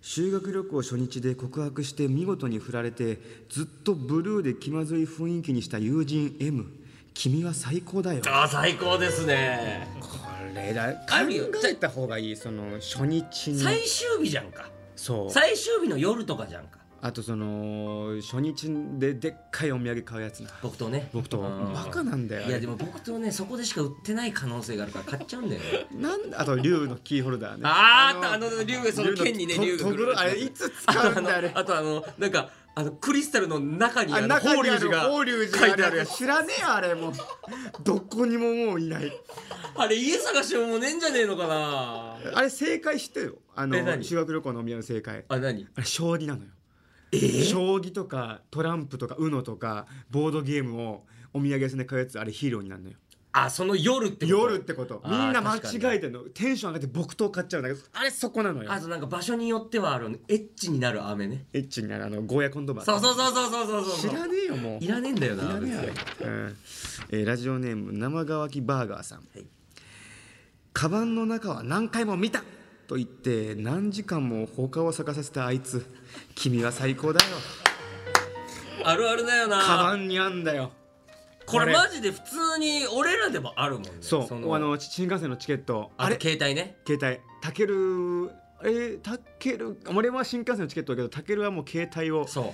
Speaker 3: 修学旅行初日で告白して見事に振られてずっとブルーで気まずい雰囲気にした友人 M 君は最高だよ
Speaker 2: あー最高ですね
Speaker 3: これだ考
Speaker 2: あるよ
Speaker 3: えた方がいいその初日に
Speaker 2: 最終日じゃんか
Speaker 3: そう
Speaker 2: 最終日の夜とかじゃんか
Speaker 3: あとその初日ででっかいお土産買うやつな
Speaker 2: 僕とね
Speaker 3: 僕と
Speaker 2: うん
Speaker 3: バカなんだよ
Speaker 2: いやでも僕とねそこでしか売ってない可能性があるから買っちゃうんだよね
Speaker 3: なんあと竜のキーホルダーね
Speaker 2: あーあとあの竜がその剣にね竜
Speaker 3: 竜のと
Speaker 2: が
Speaker 3: とぐろあれいつ使うんだよあれ
Speaker 2: あとあのなんかあのクリスタルの中にあ
Speaker 3: あ
Speaker 2: の
Speaker 3: 中
Speaker 2: 法
Speaker 3: に
Speaker 2: 隆
Speaker 3: ある
Speaker 2: 寺が
Speaker 3: 法隆
Speaker 2: 書
Speaker 3: 寺
Speaker 2: いて
Speaker 3: が
Speaker 2: あ
Speaker 3: あ
Speaker 2: るや
Speaker 3: るや
Speaker 2: つ
Speaker 3: つ知らねえあれもうどこにももういない
Speaker 2: あれ家探しももうねえんじゃねえのかな
Speaker 3: あれ正解知ってるよあ
Speaker 2: え
Speaker 3: の
Speaker 2: 何
Speaker 3: 修学旅行のお宮の正解
Speaker 2: あ何
Speaker 3: あれ将棋なのよ、将棋とかトランプとか UNO とかボードゲームをお土産屋さんで買うやつあれヒーローになるのよ
Speaker 2: あその夜ってこと
Speaker 3: 夜ってこと
Speaker 2: あ
Speaker 3: み
Speaker 2: ー
Speaker 3: んな間
Speaker 2: 確か
Speaker 3: 違
Speaker 2: に
Speaker 3: えてんのテンション上がって木刀買っちゃうんだけどあれそこなのよ
Speaker 2: あとなんか場所によってはあるエッチになる飴ね
Speaker 3: エッチになるあのゴーヤコンドバ
Speaker 2: そうそうそうそうそうそうそう
Speaker 3: 知らねえよもう
Speaker 2: いらねえんだよない
Speaker 3: らねえあれ
Speaker 2: 別に
Speaker 3: うんえーラジオネーム生乾きバーガーさん、
Speaker 2: い
Speaker 3: カバンの中は何回も見たと言って何時間も他を咲かさせたあいつ君は最高だよ
Speaker 2: あるあるだよな
Speaker 3: カバンにあんだよ
Speaker 2: こ
Speaker 3: こ
Speaker 2: れ
Speaker 3: れ
Speaker 2: マジで普通に俺らでもあるもんね
Speaker 3: そう
Speaker 2: の
Speaker 3: あの新幹線のチケット
Speaker 2: あ
Speaker 3: あ
Speaker 2: れ
Speaker 3: れ
Speaker 2: 携帯ね
Speaker 3: 携帯たけるえーたける俺は新幹線のチケットだけどたけるはもう携帯を
Speaker 2: そう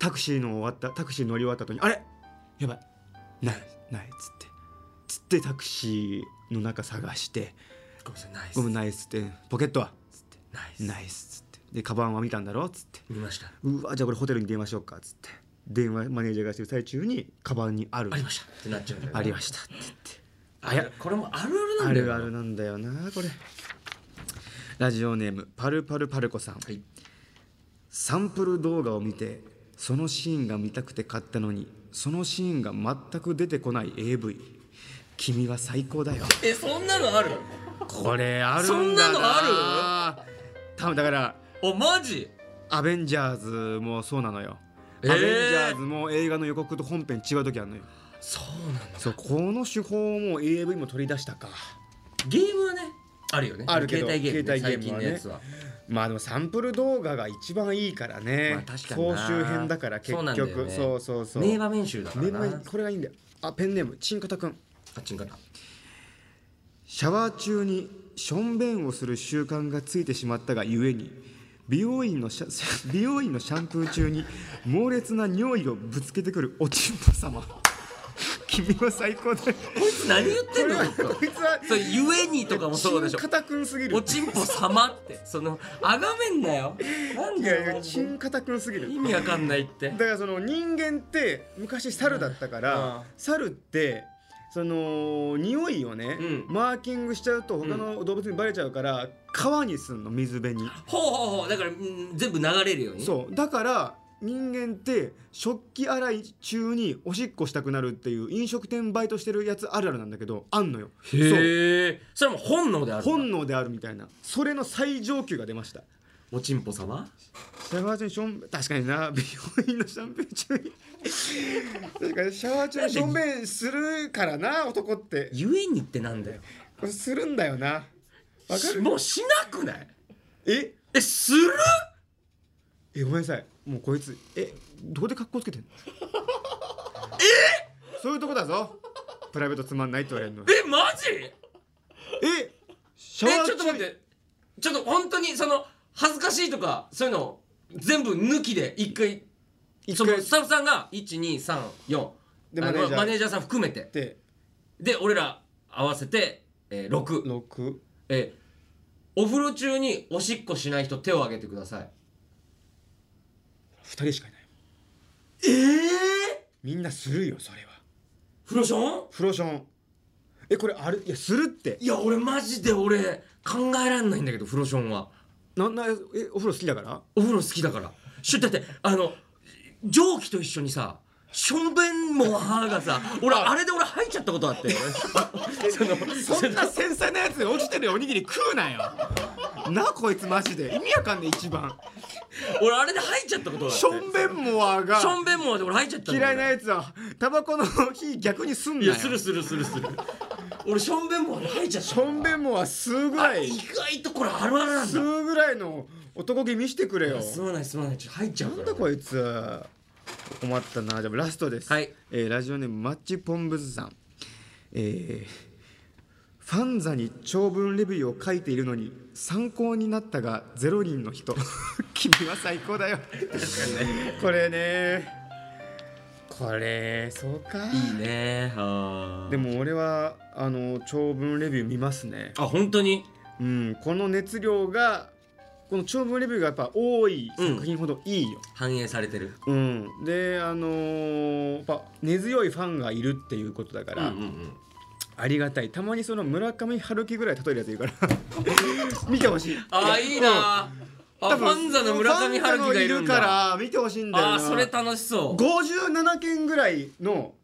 Speaker 3: タクシーの終わったタクシー乗り終わった後にあれやばいないないっつってつってタクシーの中探して
Speaker 2: ごめんなさいナイス
Speaker 3: ごめんないっつってポケットはつって
Speaker 2: ナイス
Speaker 3: ナイスっつってでカバンは見たんだろっつって
Speaker 2: 見ました
Speaker 3: うわじゃあこれホテルに電話しようかっつって電話マネージャーがしてる最中にカバンにある
Speaker 2: ありましたってなっちゃうんだよね
Speaker 3: ありましたって言って
Speaker 2: あれこれもあるあるな
Speaker 3: あ
Speaker 2: んだよ
Speaker 3: るあるなんだよなこれラジオネームパルパルパルコさん、
Speaker 2: い
Speaker 3: サンプル動画を見てそのシーンが見たくて買ったのにそのシーンが全く出てこない AV 君は最高だよ
Speaker 2: えそんなのある
Speaker 3: これあるんだ
Speaker 2: そんな
Speaker 3: な
Speaker 2: の
Speaker 3: る多分だから
Speaker 2: おマジ
Speaker 3: アベンジャーズもそうなのよ、
Speaker 2: えー
Speaker 3: アベンジャーズも映画の予告と本編違う時あるのよ
Speaker 2: そうなんだ
Speaker 3: そうこの手法をもう AV も取り出したか
Speaker 2: ゲームはねあるよね
Speaker 3: あるけど
Speaker 2: 携帯ゲーム、ね、
Speaker 3: 携帯ゲ
Speaker 2: 最近
Speaker 3: ームは
Speaker 2: の
Speaker 3: ね
Speaker 2: やつは
Speaker 3: まあでもサンプル動画が一番いいからね、
Speaker 2: まあ確かにな
Speaker 3: 総集編だから結
Speaker 2: そうなんだよ
Speaker 3: 局
Speaker 2: ね
Speaker 3: そう,、そうそう
Speaker 2: 名場面集だから
Speaker 3: 名
Speaker 2: な
Speaker 3: 場面これがいいんだよあペンネームちんかたくん
Speaker 2: あっちんかな
Speaker 3: シャワー中にしょんべんをする習慣がついてしまったがゆえに美容院のシャ 美容院のシャンプー中に猛烈な尿意をぶつけてくるおちんぽ様 君は最 高だよ
Speaker 2: こいつ何言ってんの
Speaker 3: これはこいつは
Speaker 2: それゆえにとかもそうでしょ
Speaker 3: ちんかたくんすぎる
Speaker 2: おちんぽ様ってそのあがめんなよなん
Speaker 3: い
Speaker 2: だ
Speaker 3: やいや
Speaker 2: よ
Speaker 3: ちんかたくんすぎる
Speaker 2: 意味わかんないって
Speaker 3: だからその人間って昔猿だったから、
Speaker 2: うんうん
Speaker 3: 猿ってその匂いをね、
Speaker 2: うん
Speaker 3: マーキングしちゃうと他の動物にバレちゃうから、川にすんの水辺に、
Speaker 2: ほうほうほうだから、うん全部流れるように
Speaker 3: そうだから人間って食器洗い中におしっこしたくなるっていう飲食店バイトしてるやつあるあるなんだけどあんのよそう
Speaker 2: へえそれはもう本能である
Speaker 3: 本能であるみたいなそれの最上級が出ました
Speaker 2: おちんぽ様
Speaker 3: シャワー中にション確かにな美容院のシャンプー中に確かにシャワー中にしょんべんするからな男って
Speaker 2: ゆえにってなんだよ
Speaker 3: これするんだよなわかる
Speaker 2: もうしなくない
Speaker 3: え
Speaker 2: えする
Speaker 3: えごめんなさいもうこいつえどこで格好つけてんのえそういうとこだぞプライベートつまんないって言われるの
Speaker 2: えマジ
Speaker 3: えシャワ
Speaker 2: え
Speaker 3: ー
Speaker 2: ち
Speaker 3: 中
Speaker 2: ょっと待ってちょっと本当にその恥ずかしいとかそういうの全部抜きで一回
Speaker 3: 一
Speaker 2: その
Speaker 3: 回
Speaker 2: スタッフさんが1234
Speaker 3: で
Speaker 2: あの
Speaker 3: マネージャー
Speaker 2: マネージャーさん含めて
Speaker 3: で
Speaker 2: で俺ら合わせて、えー、6、
Speaker 3: 六
Speaker 2: えーお風呂中におしっこしない人手を挙げてください
Speaker 3: 二人しかいない
Speaker 2: ええ
Speaker 3: みんなするよそれは
Speaker 2: フロション
Speaker 3: フロションえこれあれいやするって
Speaker 2: いや俺マジで俺考えらんないんだけどフロションは
Speaker 3: なんなえお風呂好きだから
Speaker 2: お風呂好きだからしゅだってあの蒸気と一緒にさしょんべんも歯がさ俺あれで俺吐いちゃったことあ ってその
Speaker 3: そんな繊細なやつで落ちてるおにぎり食うなよなあこいつマジで意味わかんねえ一番
Speaker 2: 俺あれで吐いちゃったことがあって
Speaker 3: ションベンモアが
Speaker 2: しょんべんもで俺吐いちゃったの
Speaker 3: 嫌いなやつはタバコの火逆にすんないよ
Speaker 2: やするするするする俺しょんべんもで吐いちゃった
Speaker 3: ションベンモア吸うぐらい
Speaker 2: 意外とこれあるあるなんだ
Speaker 3: 吸うぐらいの男気見してくれよ
Speaker 2: すまないすまないちょっと入っちゃう
Speaker 3: なん
Speaker 2: か
Speaker 3: だ
Speaker 2: ら
Speaker 3: こいつ困ったなじゃあラストです、
Speaker 2: はい
Speaker 3: えーラジオネームマッチポンブズさんえーファンザに長文レビューを書いているのに参考になったがゼロ人の人 君は最高だよこれねこれそうか
Speaker 2: いいねあ
Speaker 3: でも俺はあの長文レビュー見ますね
Speaker 2: あ本当に
Speaker 3: うんこの熱量がこの長文レビューがやっぱ多い作品ほどいいよ、
Speaker 2: 反映されてる
Speaker 3: うんであのーやっぱ根強いファンがいるっていうことだから、ありがたいたまにその村上春樹ぐらい例えるやついるから 見てほしい
Speaker 2: ああいいなあファンザの村上春樹がいるん
Speaker 3: ファンザ
Speaker 2: だあ
Speaker 3: のいるから見てほしいんだよな
Speaker 2: あーそれ楽しそう
Speaker 3: 57件ぐらいの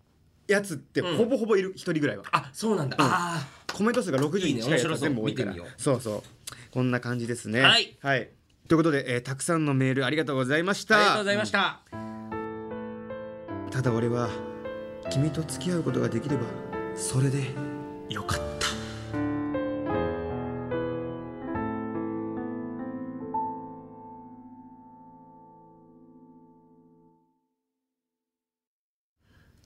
Speaker 3: やつってほぼほぼいる一、人ぐらいは
Speaker 2: あそうなんだああ
Speaker 3: コメント数が60
Speaker 2: いい
Speaker 3: 人
Speaker 2: ね
Speaker 3: 近いやつが全部多いから
Speaker 2: 面白そう見てみよう
Speaker 3: そうそうこんな感じですね
Speaker 2: はい、
Speaker 3: ということで、えーたくさんのメールありがとうございまし
Speaker 2: あ
Speaker 3: た
Speaker 2: りがとうございました
Speaker 3: うんただ俺は君と付き合うことができればそれでよかった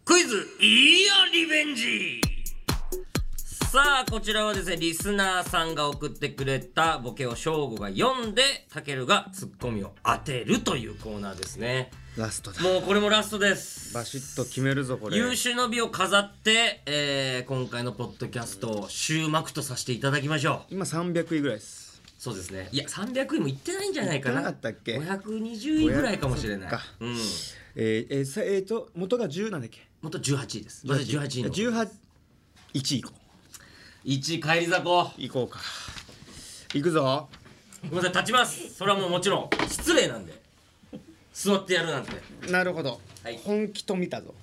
Speaker 2: クイズいやリベンジさあこちらはですねリスナーさんが送ってくれたボケを翔吾が読んでたけるがツッコミを当てるというコーナーですね
Speaker 3: ラストだ
Speaker 2: もうこれもラストです
Speaker 3: バシッと決めるぞこれ
Speaker 2: 優秀の美を飾って、えー今回のポッドキャストを終幕とさせていただきましょう
Speaker 3: 今300位ぐらいです
Speaker 2: そうですねいや300位もいってないんじゃないかな
Speaker 3: 行ってなかったっけ
Speaker 2: 520位ぐらいかもしれない
Speaker 3: そっか
Speaker 2: うん
Speaker 3: えーえーさえーと元が10なんだっけ
Speaker 2: もっと18位です私18位の
Speaker 3: 181位行こ
Speaker 2: 1位返り咲こう
Speaker 3: う行こうか行くぞ
Speaker 2: ごめんなさい立ちますそれはもうもちろん失礼なんで座ってやるなんて
Speaker 3: なるほど、
Speaker 2: はい
Speaker 3: 本気と見たぞ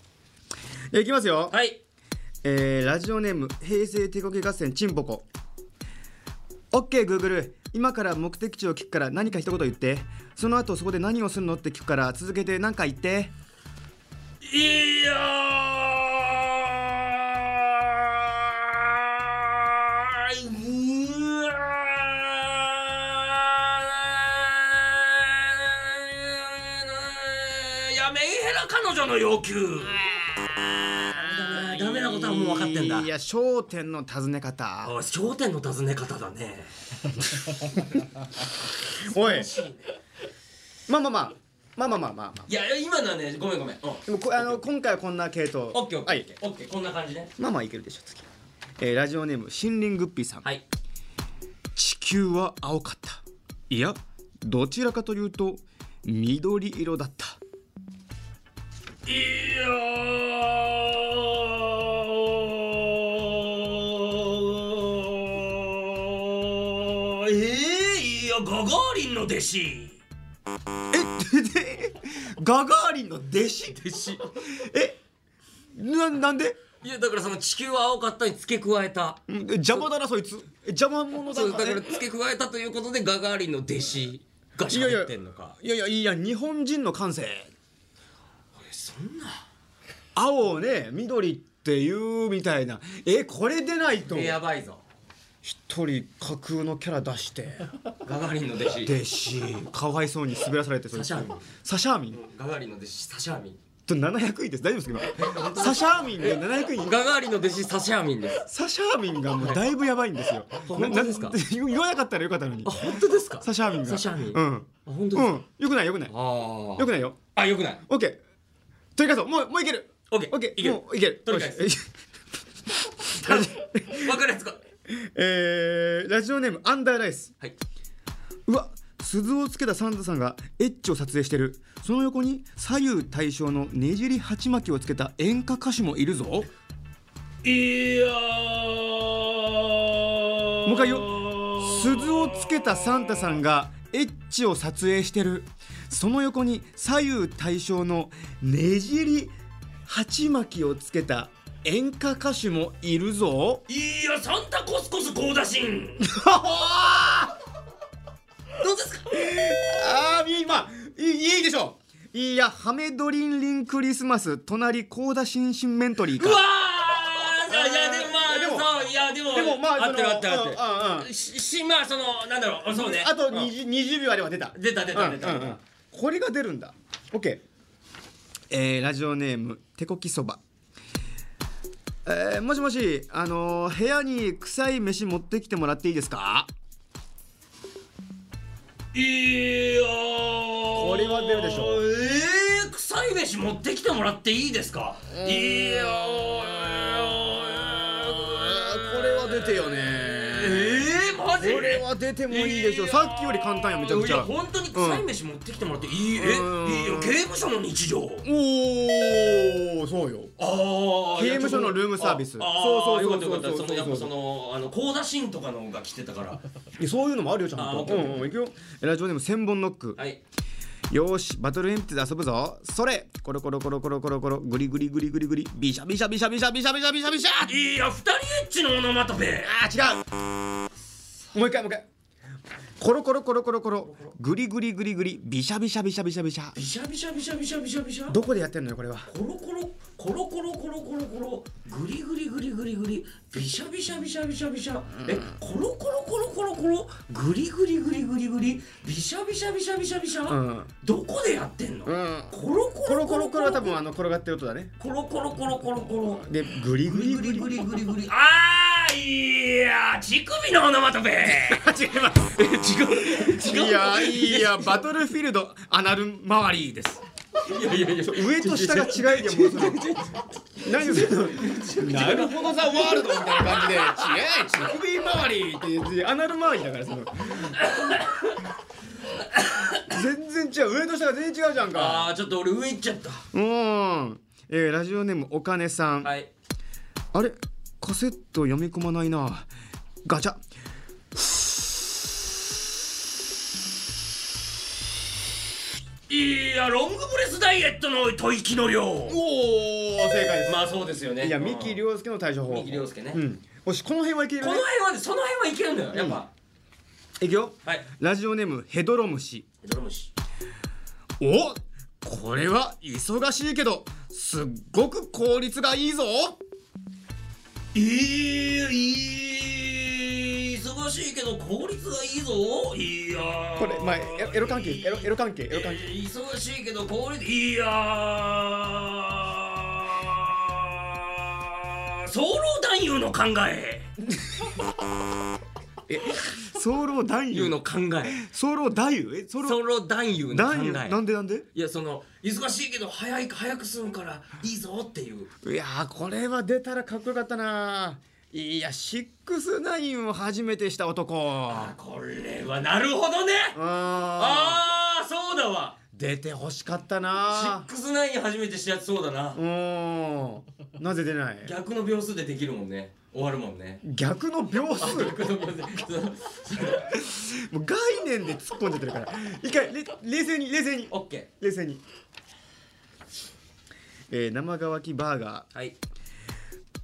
Speaker 3: じゃあいきますよ、
Speaker 2: はい
Speaker 3: えーラジオネーム平成手こけ合戦ちんぽこ OKGoogle 今から目的地を聞くから何か一言言ってその後そこで何をするのって聞くから続けて何か言って
Speaker 2: いやーうわーやめへら彼女の要求ダメなことはもう分かってんだ
Speaker 3: いや焦点の尋ね方
Speaker 2: おい焦点の尋ね方だね
Speaker 3: おいまあまあまあまあまあまあまあ、まあ、
Speaker 2: いや今のはねごめんごめんうん
Speaker 3: でもこあの今回はこんな系統
Speaker 2: オッケーオッケ
Speaker 3: は
Speaker 2: ーオッ
Speaker 3: い
Speaker 2: ケーオッケーこんな感じね
Speaker 3: まあまあいけるでしょ次、えーラジオネーム森林グッピーさん、
Speaker 2: はい
Speaker 3: 地球は青かったいやどちらかというと緑色だった
Speaker 2: いやーえー、いやガガーリンの弟子
Speaker 3: でガガーリンの弟子
Speaker 2: 弟子
Speaker 3: えななんで
Speaker 2: いやだからその地球は青かったに付け加えた
Speaker 3: ん邪魔だなそいつえ邪魔者
Speaker 2: そう
Speaker 3: だ
Speaker 2: だか
Speaker 3: なえ
Speaker 2: ら付け加えたということでガガーリンの弟子が喋ってんのか
Speaker 3: いやいやいや日本人の感性
Speaker 2: そんな
Speaker 3: 青をね緑っていうみたいなえこれ出ないと
Speaker 2: えやばいぞ
Speaker 3: 一人架空のキャラ出して
Speaker 2: ガガーリンの弟子
Speaker 3: 弟子かわいそうに滑らされてそれ
Speaker 2: サシャーミン
Speaker 3: サシャーミン
Speaker 2: ガガーリンの弟子サシャーミン
Speaker 3: と700位です大丈夫ですか今サシャーミンで700位
Speaker 2: ガガーリンの弟子サシャーミンです
Speaker 3: サシャーミンがもうだいぶやばいんですよ
Speaker 2: 本当ですか
Speaker 3: なな言わなかったらよかったのに
Speaker 2: あ本当ですか
Speaker 3: サシャーミンが
Speaker 2: サシャーミン
Speaker 3: うん
Speaker 2: あ本当
Speaker 3: う
Speaker 2: ですか、
Speaker 3: んよくないよくない
Speaker 2: ああ
Speaker 3: よくないよ
Speaker 2: あよくない
Speaker 3: オッケー取り返そうもうもういける
Speaker 2: オッケー
Speaker 3: オッケ
Speaker 2: い
Speaker 3: ー
Speaker 2: ける
Speaker 3: もういける
Speaker 2: 取り返す
Speaker 3: よし
Speaker 2: わかるやつか
Speaker 3: えーラジオネームアンダーライス
Speaker 2: はい。
Speaker 3: うわ鈴をつけたサンタさんがエッチを撮影してるその横に左右対称のねじり鉢巻きをつけた演歌歌手もいるぞも
Speaker 2: いや
Speaker 3: う一回よ鈴をつけたサンタさんがエッチを撮影してるその横に左右対称のねじり鉢巻きをつけた演歌歌手もいるぞ
Speaker 2: いやサンタコスコス高打 神。どうですか。
Speaker 3: ああ、いい今いい、いいでしょう。いや、ハメドリンリンクリスマス、隣、コーダシンシンメントリー
Speaker 2: う
Speaker 3: か
Speaker 2: わ。ー。いやでもまあ
Speaker 3: でも
Speaker 2: そういやでも
Speaker 3: でもまあ
Speaker 2: 合ってる
Speaker 3: その
Speaker 2: 合ってる合ってる
Speaker 3: うんうんう
Speaker 2: ししまあそのなんだろうそうね
Speaker 3: あと
Speaker 2: うん
Speaker 3: 20、20秒あれば出た。
Speaker 2: 出た出た出た
Speaker 3: うんうんうんこれが出るんだ。オッケー。えー、ラジオネーム、手こきそば。えー、もしもし、あのー部屋に臭い飯持ってきてもらっていいですか
Speaker 2: いやこ
Speaker 3: れは出るでしょ
Speaker 2: えー、臭い飯持ってきてもらっていいですかいやこ
Speaker 3: これは出てよね
Speaker 2: ええー、マジ
Speaker 3: これは出てもいいでしょ
Speaker 2: いや
Speaker 3: さっきより簡単やめちゃく
Speaker 2: い
Speaker 3: ち
Speaker 2: や
Speaker 3: ゃ
Speaker 2: 本当に臭い飯持ってきてもらっていい、え
Speaker 3: うん
Speaker 2: いいよ刑務所の日常
Speaker 3: おおそうよ
Speaker 2: ああ
Speaker 3: 刑務所のルームサービス
Speaker 2: そう
Speaker 3: そ
Speaker 2: そう
Speaker 3: うそう
Speaker 2: そうそう
Speaker 3: そ
Speaker 2: そうう
Speaker 3: そうそう
Speaker 2: やっぱそのあの高田真とかのが来てたから
Speaker 3: いやそういうのもあるよちゃ
Speaker 2: あ
Speaker 3: ん
Speaker 2: オッケ
Speaker 3: と
Speaker 2: ー
Speaker 3: うんうんいくよラジオネーム千本ノック
Speaker 2: はい
Speaker 3: よーしバトルエンプティで遊ぶぞそれコロコロコロコロコロコログリグリグリグリグリビシャビシャビシャビシャビシャビシャビシャビシャ
Speaker 2: いや二人エッチのオノマトペ
Speaker 3: あー違うもう一回もう一回コロコロコロコロコログリグリグリグリビシャビシャビシャビシャビシャ
Speaker 2: ビシャビシャビシャビシャビシャビシャ
Speaker 3: どこでやってんのよこれは
Speaker 2: コロコロコロコロコロコロコログリグリグリグリグリビシャビシャビシャビシャビシャえコロコロコロコロコログリグリグリグリグリビシャビシャビシャビシャビシャ、
Speaker 3: うん
Speaker 2: どこでやってんの、
Speaker 3: ん
Speaker 2: コロコ
Speaker 3: コ
Speaker 2: ロ
Speaker 3: ロ
Speaker 2: コ
Speaker 3: コ
Speaker 2: ロ
Speaker 3: ロ
Speaker 2: コロ
Speaker 3: コロは多分あの転がってる音だね
Speaker 2: コロコロコロコロコロ
Speaker 3: でグリグ
Speaker 2: グリ
Speaker 3: リ
Speaker 2: グ
Speaker 3: グ
Speaker 2: リ
Speaker 3: リ
Speaker 2: グリグリグリあーいやー乳首のオノマトペ 違います違う違う
Speaker 3: いやいやバトルフィールドアナル周りです
Speaker 2: いやいやいや
Speaker 3: 上と下が違うよもうそれ何を なるほどザワールドみたいな感じで違う乳首周りってアナル周りだからその全然違う上と下が全然違うじゃん か
Speaker 2: あーちょっと俺上行っちゃった
Speaker 3: うーん、えー、ラジオネームお金さん、
Speaker 2: はい
Speaker 3: あれカセット読み込まないなガチャ
Speaker 2: いやロングブレスダイエットの吐息の量
Speaker 3: おお正解です
Speaker 2: まあそうですよね
Speaker 3: いや
Speaker 2: うん
Speaker 3: 三木亮介の対処法
Speaker 2: 三木亮介ね、
Speaker 3: う
Speaker 2: こ
Speaker 3: んよしこの辺はいける
Speaker 2: の
Speaker 3: ね
Speaker 2: 辺はねその辺はいけるんだよやっぱ、
Speaker 3: いくよ
Speaker 2: はい
Speaker 3: ラジオネームヘドロムシ
Speaker 2: ヘドロムシ
Speaker 3: おこれは忙しいけどすっごく効率がいいぞ
Speaker 2: いいいい忙しいけど効率がいいぞいやー
Speaker 3: これまあエロエロ関係エロエロ関係エロ関係
Speaker 2: えー忙しいけど効率いやー早漏男優の考え
Speaker 3: 早漏男
Speaker 2: 優
Speaker 3: 優
Speaker 2: の考え
Speaker 3: 早漏男優え早
Speaker 2: 早
Speaker 3: 漏
Speaker 2: 漏男優の考
Speaker 3: 男優
Speaker 2: え
Speaker 3: なんでなんで
Speaker 2: いやその忙しいけど早い早く済むからいいぞっていう
Speaker 3: いやーこれは出たらかっこよかったないやシックスナインを初めてした男あ
Speaker 2: これはなるほどね
Speaker 3: あ
Speaker 2: ああそうだわ
Speaker 3: 出てほしかった
Speaker 2: シッ
Speaker 3: な
Speaker 2: クスナイン初めてしたやつそうだな
Speaker 3: うーんなぜ出ない
Speaker 2: 逆の秒数でできるもんね終わるもんね
Speaker 3: 逆の秒数も
Speaker 2: 逆の秒数
Speaker 3: う概念で突っ込んじゃってるから一回れ冷静に冷静に
Speaker 2: オッケ
Speaker 3: 冷静に、えー、生乾きバーガー
Speaker 2: ーはい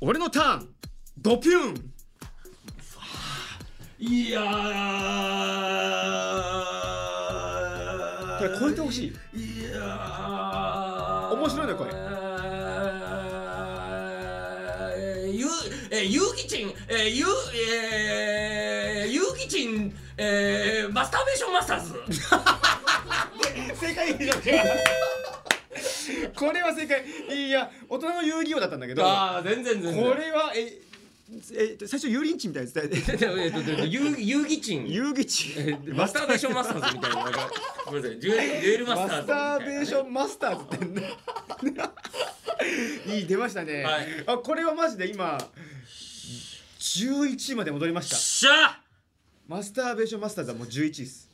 Speaker 3: 俺のターンドピューン
Speaker 2: いや
Speaker 3: これ超えてほしい
Speaker 2: いや
Speaker 3: 面白いねこれ
Speaker 2: れゆえー、ゆうきちんえー、ゆうえー、ゆうきちんえー、マスターベーションマスターズ
Speaker 3: 正解じゃんこれは正解いや大人の遊戯王だったんだけどこ
Speaker 2: ああ全然全
Speaker 3: れはええ最初油淋鶏みたいに伝えて
Speaker 2: えっとえっとゆうゆうぎちん
Speaker 3: 遊戯地
Speaker 2: マスターベーションマスターズみたいななんかごめんなさいデュエデュエルマ
Speaker 3: マ
Speaker 2: スターズみた
Speaker 3: ス
Speaker 2: いな
Speaker 3: ターベーションマスターズってんだ いい出ましたね、
Speaker 2: はい
Speaker 3: あこれはマジで今11位まで戻りました
Speaker 2: しゃ
Speaker 3: マスターベーションマスターズはもう11位です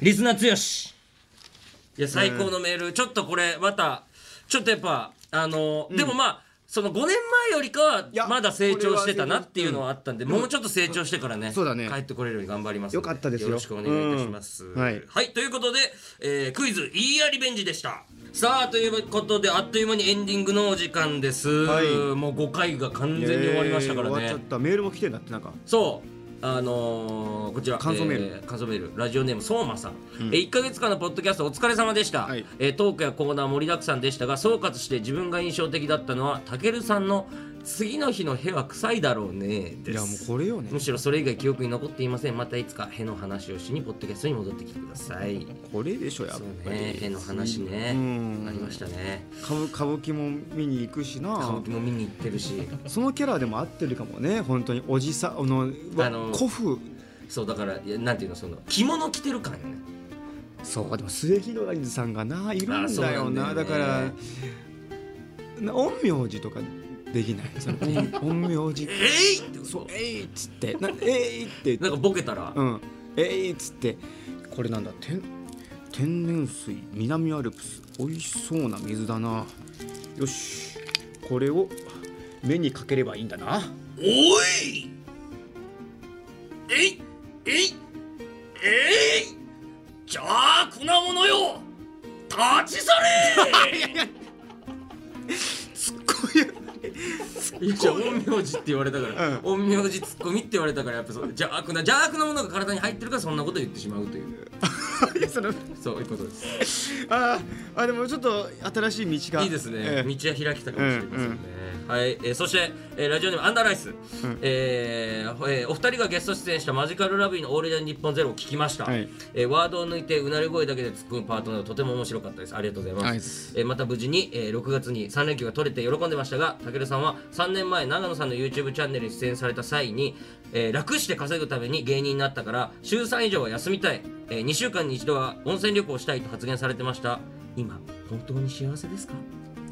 Speaker 2: リスナー強しいや最高のメール、ちょっとこれまたちょっとやっぱあの、でもまあその5年前よりか
Speaker 3: いや
Speaker 2: はまだ成長してたなっていうのはあったんでもうちょっと成長してからね
Speaker 3: そうだね
Speaker 2: 帰ってこれるように頑張ります
Speaker 3: よかったですよ
Speaker 2: よろしくお願いいたします、
Speaker 3: うんはい
Speaker 2: ということで、えークイズ「いいやリベンジ」でしたさあということであっという間にエンディングのお時間です、
Speaker 3: はい
Speaker 2: もう5回が完全に終わりましたから
Speaker 3: えー
Speaker 2: ね、
Speaker 3: 終わっちゃったメールも来てんだってなんか
Speaker 2: そうあのーこちら
Speaker 3: 感想メール
Speaker 2: え感想メールラジオネームそうまさん、え1か月間のポッドキャストお疲れ様でした、
Speaker 3: はい
Speaker 2: えートークやコーナー盛りだくさんでしたが総括して自分が印象的だったのはたけるさんの「次の日の屁は臭いだろうね」です
Speaker 3: いやもうこれよね
Speaker 2: むしろそれ以外記憶に残っていませんまたいつかへの話をしにポッドキャストに戻ってきてください
Speaker 3: これでしょやっ
Speaker 2: そう
Speaker 3: ぱり、
Speaker 2: ねへの話ね
Speaker 3: うん
Speaker 2: ありましたね
Speaker 3: 歌舞歌舞伎も見に行くし
Speaker 2: 歌
Speaker 3: な
Speaker 2: 舞伎も見に行ってるし
Speaker 3: そのキャラでも合ってるかもね本当におじさんあの、わ
Speaker 2: あの
Speaker 3: 古風
Speaker 2: そうだからいやなんていうのその着物着てる感よね
Speaker 3: そうでも末広がりさんがないるんだよな
Speaker 2: あそうな
Speaker 3: だ
Speaker 2: んだよね
Speaker 3: からな陰陽師とかできないその 音音名字
Speaker 2: えいってこと
Speaker 3: そう「えい」っつって「なえい」って
Speaker 2: なんかボケたら、
Speaker 3: うん、えいっつってこれなんだ天天然水南アルプス美味しそうな水だなよしこれを目にかければいいんだな
Speaker 2: おいえいえいえい邪悪なものよ立ち去れ いやじゃあ陰陽師って言われたから、陰陽師ツッコミって言われたからやっぱそう邪悪な邪悪なものが体に入ってるからそんなこと言ってしまうという
Speaker 3: いやその
Speaker 2: そういうことです
Speaker 3: あーあでもちょっと新しい道が
Speaker 2: いいですね、
Speaker 3: ええ
Speaker 2: 道は開けたかもしれませんね、はい、えーそして、えーラジオネームアンダーライス、えーえーお二人がゲスト出演したマジカルラビーの「オールデン日本ゼロを聞きました、
Speaker 3: はい
Speaker 2: えーワードを抜いてうなり声だけで突っ込むパートなどとても面白かったですありがとうございます、
Speaker 3: はいです
Speaker 2: えーまた無事に、えー6月に3連休が取れて喜んでましたがたけるさんは3年前長野さんの YouTube チャンネルに出演された際に、えー楽して稼ぐために芸人になったから週3以上は休みたい、え2週間に一度は温泉旅行したいと発言されてました今本当に幸せですか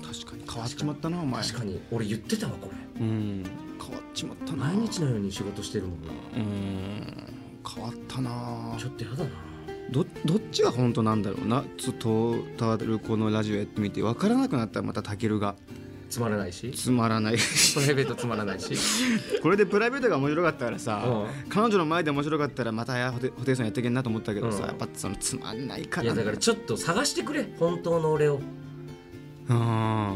Speaker 3: 確かに変わっちまったなお前
Speaker 2: 確かに俺言ってたわこれ
Speaker 3: うん変わっちまったな
Speaker 2: 毎日のように仕事してるもんな
Speaker 3: うん変わったな
Speaker 2: ちょっとやだな
Speaker 3: どどっちが本当なんだろうなちょっとトータルこのラジオやってみて分からなくなったらまたタケルが
Speaker 2: つまらないし
Speaker 3: つま らない
Speaker 2: プライベートつまらないし
Speaker 3: これでプライベートが面白かったからさ、
Speaker 2: う
Speaker 3: 彼女の前で面白かったらまたやホテホテイソンやってけんなと思ったけどさ、
Speaker 2: うん
Speaker 3: やっぱそのつまんないか
Speaker 2: い
Speaker 3: ら
Speaker 2: やだからちょっと探してくれ本当の俺を
Speaker 3: うん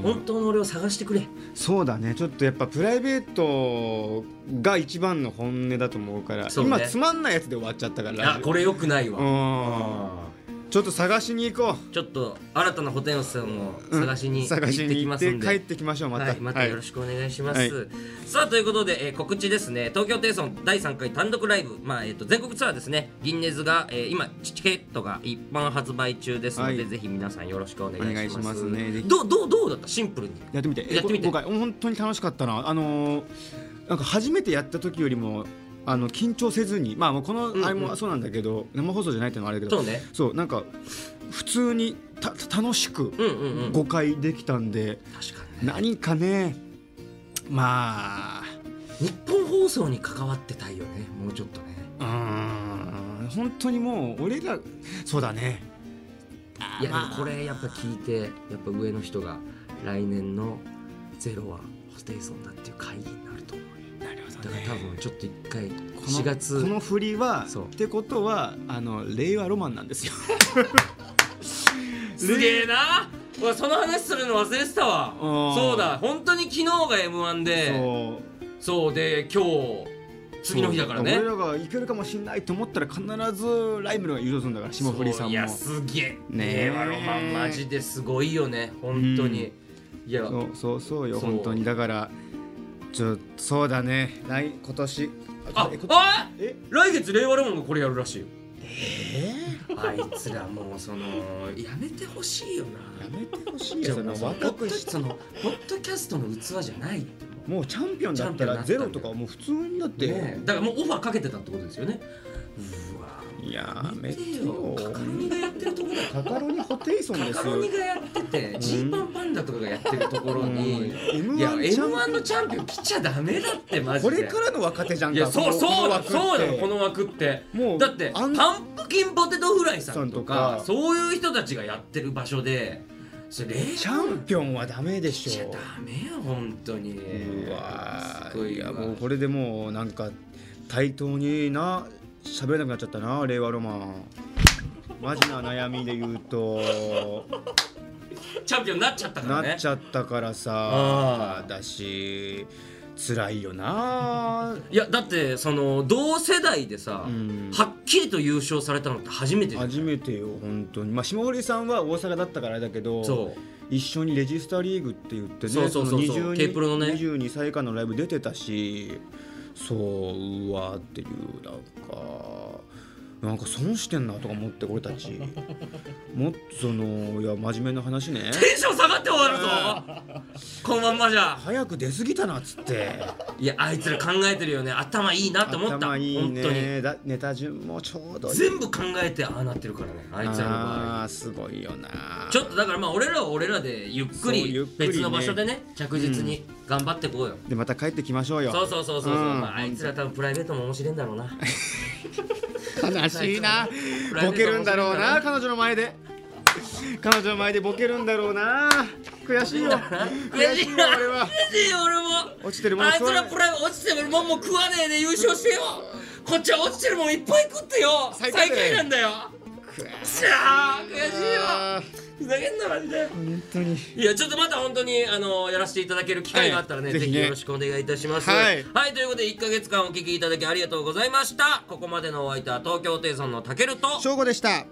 Speaker 2: 本当の俺を探してくれ
Speaker 3: そうだねちょっとやっぱプライベートが一番の本音だと思うから
Speaker 2: そうね
Speaker 3: 今つまんないやつで終わっちゃったから
Speaker 2: あこれよくない
Speaker 3: うん
Speaker 2: わ
Speaker 3: ちょっと探しに行こう
Speaker 2: ちょっと新たなホテルさんを探しに行
Speaker 3: 探し
Speaker 2: って
Speaker 3: に
Speaker 2: き
Speaker 3: 行
Speaker 2: ま
Speaker 3: っ
Speaker 2: す
Speaker 3: て
Speaker 2: ん
Speaker 3: 帰っ
Speaker 2: で
Speaker 3: てきましょうまた、
Speaker 2: はい、またよろしくお願いします。
Speaker 3: はい
Speaker 2: さあということで、えー告知ですね東京テイソン第3回単独ライブ、まあえー、と全国ツアーですね銀ネズが、えー今チケットが一般発売中ですので、
Speaker 3: はい
Speaker 2: ぜひ皆さんよろしくお願いします。
Speaker 3: お願いしますねぜひ
Speaker 2: どうどうどうだったシンプルに
Speaker 3: やってみて。え
Speaker 2: やってみて
Speaker 3: こ今回本当に楽しかったな。あのーなんか初めてやった時よりも。あの緊張せずに、まあ、もうこの
Speaker 2: ん
Speaker 3: あれもそうなんだけど、生放送じゃないってのもあれだけど
Speaker 2: そうね
Speaker 3: そうなんか普通にたた楽し
Speaker 2: う
Speaker 3: く
Speaker 2: んうんうん
Speaker 3: 誤解できたんで、
Speaker 2: 確かに
Speaker 3: 何かねま
Speaker 2: 日本放送に関わってたいよねもうちょっとね。
Speaker 3: あうーん本当にもう俺らそうだね
Speaker 2: いやでもこれやっぱ聞いてやっぱ上の人が来年の「ゼロはホテイソンだっていう会議になると思うよ
Speaker 3: なるほ
Speaker 2: だ
Speaker 3: ど
Speaker 2: から
Speaker 3: ね
Speaker 2: 多分ちょっと一回
Speaker 3: この
Speaker 2: 4月
Speaker 3: この振りは
Speaker 2: そう
Speaker 3: ってことはあの令和ロマンなんですよ
Speaker 2: すげえな俺その話するの忘れてたわ
Speaker 3: うん
Speaker 2: そうだ本当に昨日が m 1で
Speaker 3: そう
Speaker 2: そうで今日次の日だからね
Speaker 3: 俺らがいけるかもしれないと思ったら必ずライブが優勝するんだから霜降りさ
Speaker 2: い
Speaker 3: んも
Speaker 2: やすげえ
Speaker 3: ねえ
Speaker 2: 令和ロマンマジですごいよね本当にいや
Speaker 3: そうそうそうよ
Speaker 2: そう
Speaker 3: 本当にだからちょそうだね来今年
Speaker 2: あ
Speaker 3: えこ
Speaker 2: あ
Speaker 3: え
Speaker 2: 来月令和ロマンがこれやるらしいよえあいつらもうそのやめてほしいよ
Speaker 3: や
Speaker 2: な
Speaker 3: めてほしい
Speaker 2: じ
Speaker 3: よ
Speaker 2: ゃあ
Speaker 3: そ
Speaker 2: も
Speaker 3: の
Speaker 2: うそのポ
Speaker 3: 若
Speaker 2: ッ
Speaker 3: く
Speaker 2: ド
Speaker 3: し
Speaker 2: そのポッドキャストの器じゃないって
Speaker 3: もうチャンピオンだったら
Speaker 2: チャンピ
Speaker 3: ゼ
Speaker 2: オン
Speaker 3: ロ
Speaker 2: になったんだよ
Speaker 3: とかはもう普通にだって、
Speaker 2: ねだからもうオファーかけてたってことですよねうわ
Speaker 3: いややめ
Speaker 2: 見
Speaker 3: て
Speaker 2: てよ
Speaker 3: よ
Speaker 2: カカロニがやってるところだよ
Speaker 3: カカロニホテイソンですよ
Speaker 2: カカロニがやっててジーパンパンダとかがやってるところに
Speaker 3: うん
Speaker 2: いや
Speaker 3: M1 チャン
Speaker 2: m 1のチャンピオン来ちゃダメだってマジ
Speaker 3: こ
Speaker 2: で
Speaker 3: れからの若手じゃん
Speaker 2: い
Speaker 3: か
Speaker 2: やそうそうだ
Speaker 3: この
Speaker 2: そう
Speaker 3: 枠
Speaker 2: だ
Speaker 3: って
Speaker 2: よこの枠って
Speaker 3: もう
Speaker 2: だってパ
Speaker 3: あ
Speaker 2: ン
Speaker 3: ん
Speaker 2: プキンポテトフライさんと
Speaker 3: さんと
Speaker 2: か
Speaker 3: か
Speaker 2: そういう人たちがやってる場所でそれ
Speaker 3: チャンピオンはダメでし
Speaker 2: ちゃ
Speaker 3: ょ
Speaker 2: ダメよ本当に
Speaker 3: うわ
Speaker 2: すご
Speaker 3: ーい
Speaker 2: い
Speaker 3: や
Speaker 2: わ
Speaker 3: もうこれでもうなんか対等にな喋れなくなっちゃったな令和ロマンマジな悩みで言うと
Speaker 2: チャンピオンになっちゃったからね
Speaker 3: なっちゃったから
Speaker 2: あ
Speaker 3: さ
Speaker 2: ー
Speaker 3: だし辛いよない
Speaker 2: やだってその同世代でさ、
Speaker 3: ん
Speaker 2: はっきりと優勝されたのって初めてじゃん
Speaker 3: 初めてよ本当にまあ霜降りさんは大阪だったからあれだけど
Speaker 2: そう
Speaker 3: 一緒にレジスタリーグって言ってね
Speaker 2: そうそうそうそう
Speaker 3: の
Speaker 2: K プロのね
Speaker 3: 22歳以下のライブ出てたしそううわーっていうなんかなんか損してんなとか思って俺た ちもっとそのいや真面目な話ね
Speaker 2: テンション下がって終わる ぞこのまんまじゃ
Speaker 3: 早く出過ぎたなっつって
Speaker 2: いやあいつら考えてるよね頭いいなって思った
Speaker 3: 頭いい
Speaker 2: 本当に
Speaker 3: ねだネタ順もちょうどいい
Speaker 2: 全部考えてああなってるからねあいつらの場合
Speaker 3: あーすごいよな
Speaker 2: ちょっとだからまあ俺らは俺らでゆっく
Speaker 3: そうゆっ
Speaker 2: り
Speaker 3: くりね
Speaker 2: 別の場所でね着実に頑張ってこうよ、
Speaker 3: でまた帰ってきましょうよ
Speaker 2: そうそうそうそうそう、
Speaker 3: ん
Speaker 2: まあ、あいつら多分プライベートも面白いんだろうな
Speaker 3: 悲しいな
Speaker 2: プライベート
Speaker 3: ボケるんだろうな
Speaker 2: 面白いんだろうな
Speaker 3: 彼女の前で彼女の前でボケるんだろうな悔しいよ悔
Speaker 2: 悔しい
Speaker 3: しい
Speaker 2: な
Speaker 3: よ俺 は
Speaker 2: 悔しいよ俺も
Speaker 3: 落ちてるもん
Speaker 2: あいつ
Speaker 3: 食わ
Speaker 2: ら
Speaker 3: ない
Speaker 2: プライベート落ちてるもんもう食わねえで優勝してよこっちは落ちてるもんいっぱい食ってよ
Speaker 3: 最
Speaker 2: 最
Speaker 3: 下位だよ
Speaker 2: 下位なんだよ
Speaker 3: 悔しい
Speaker 2: しゃー悔しいよ
Speaker 3: あ
Speaker 2: ふざけんなマジで
Speaker 3: ー本当に
Speaker 2: いやちょっとまた本当にあのやらせていただける機会があったらね,、
Speaker 3: はい
Speaker 2: ぜ
Speaker 3: ぜひ
Speaker 2: ひ
Speaker 3: ね
Speaker 2: よろしくお願いいたします
Speaker 3: はい
Speaker 2: ということで1か月間お聞きいただきありがとうございましたここまでのお相手は東京ホテイソンのたけると
Speaker 3: 翔吾でした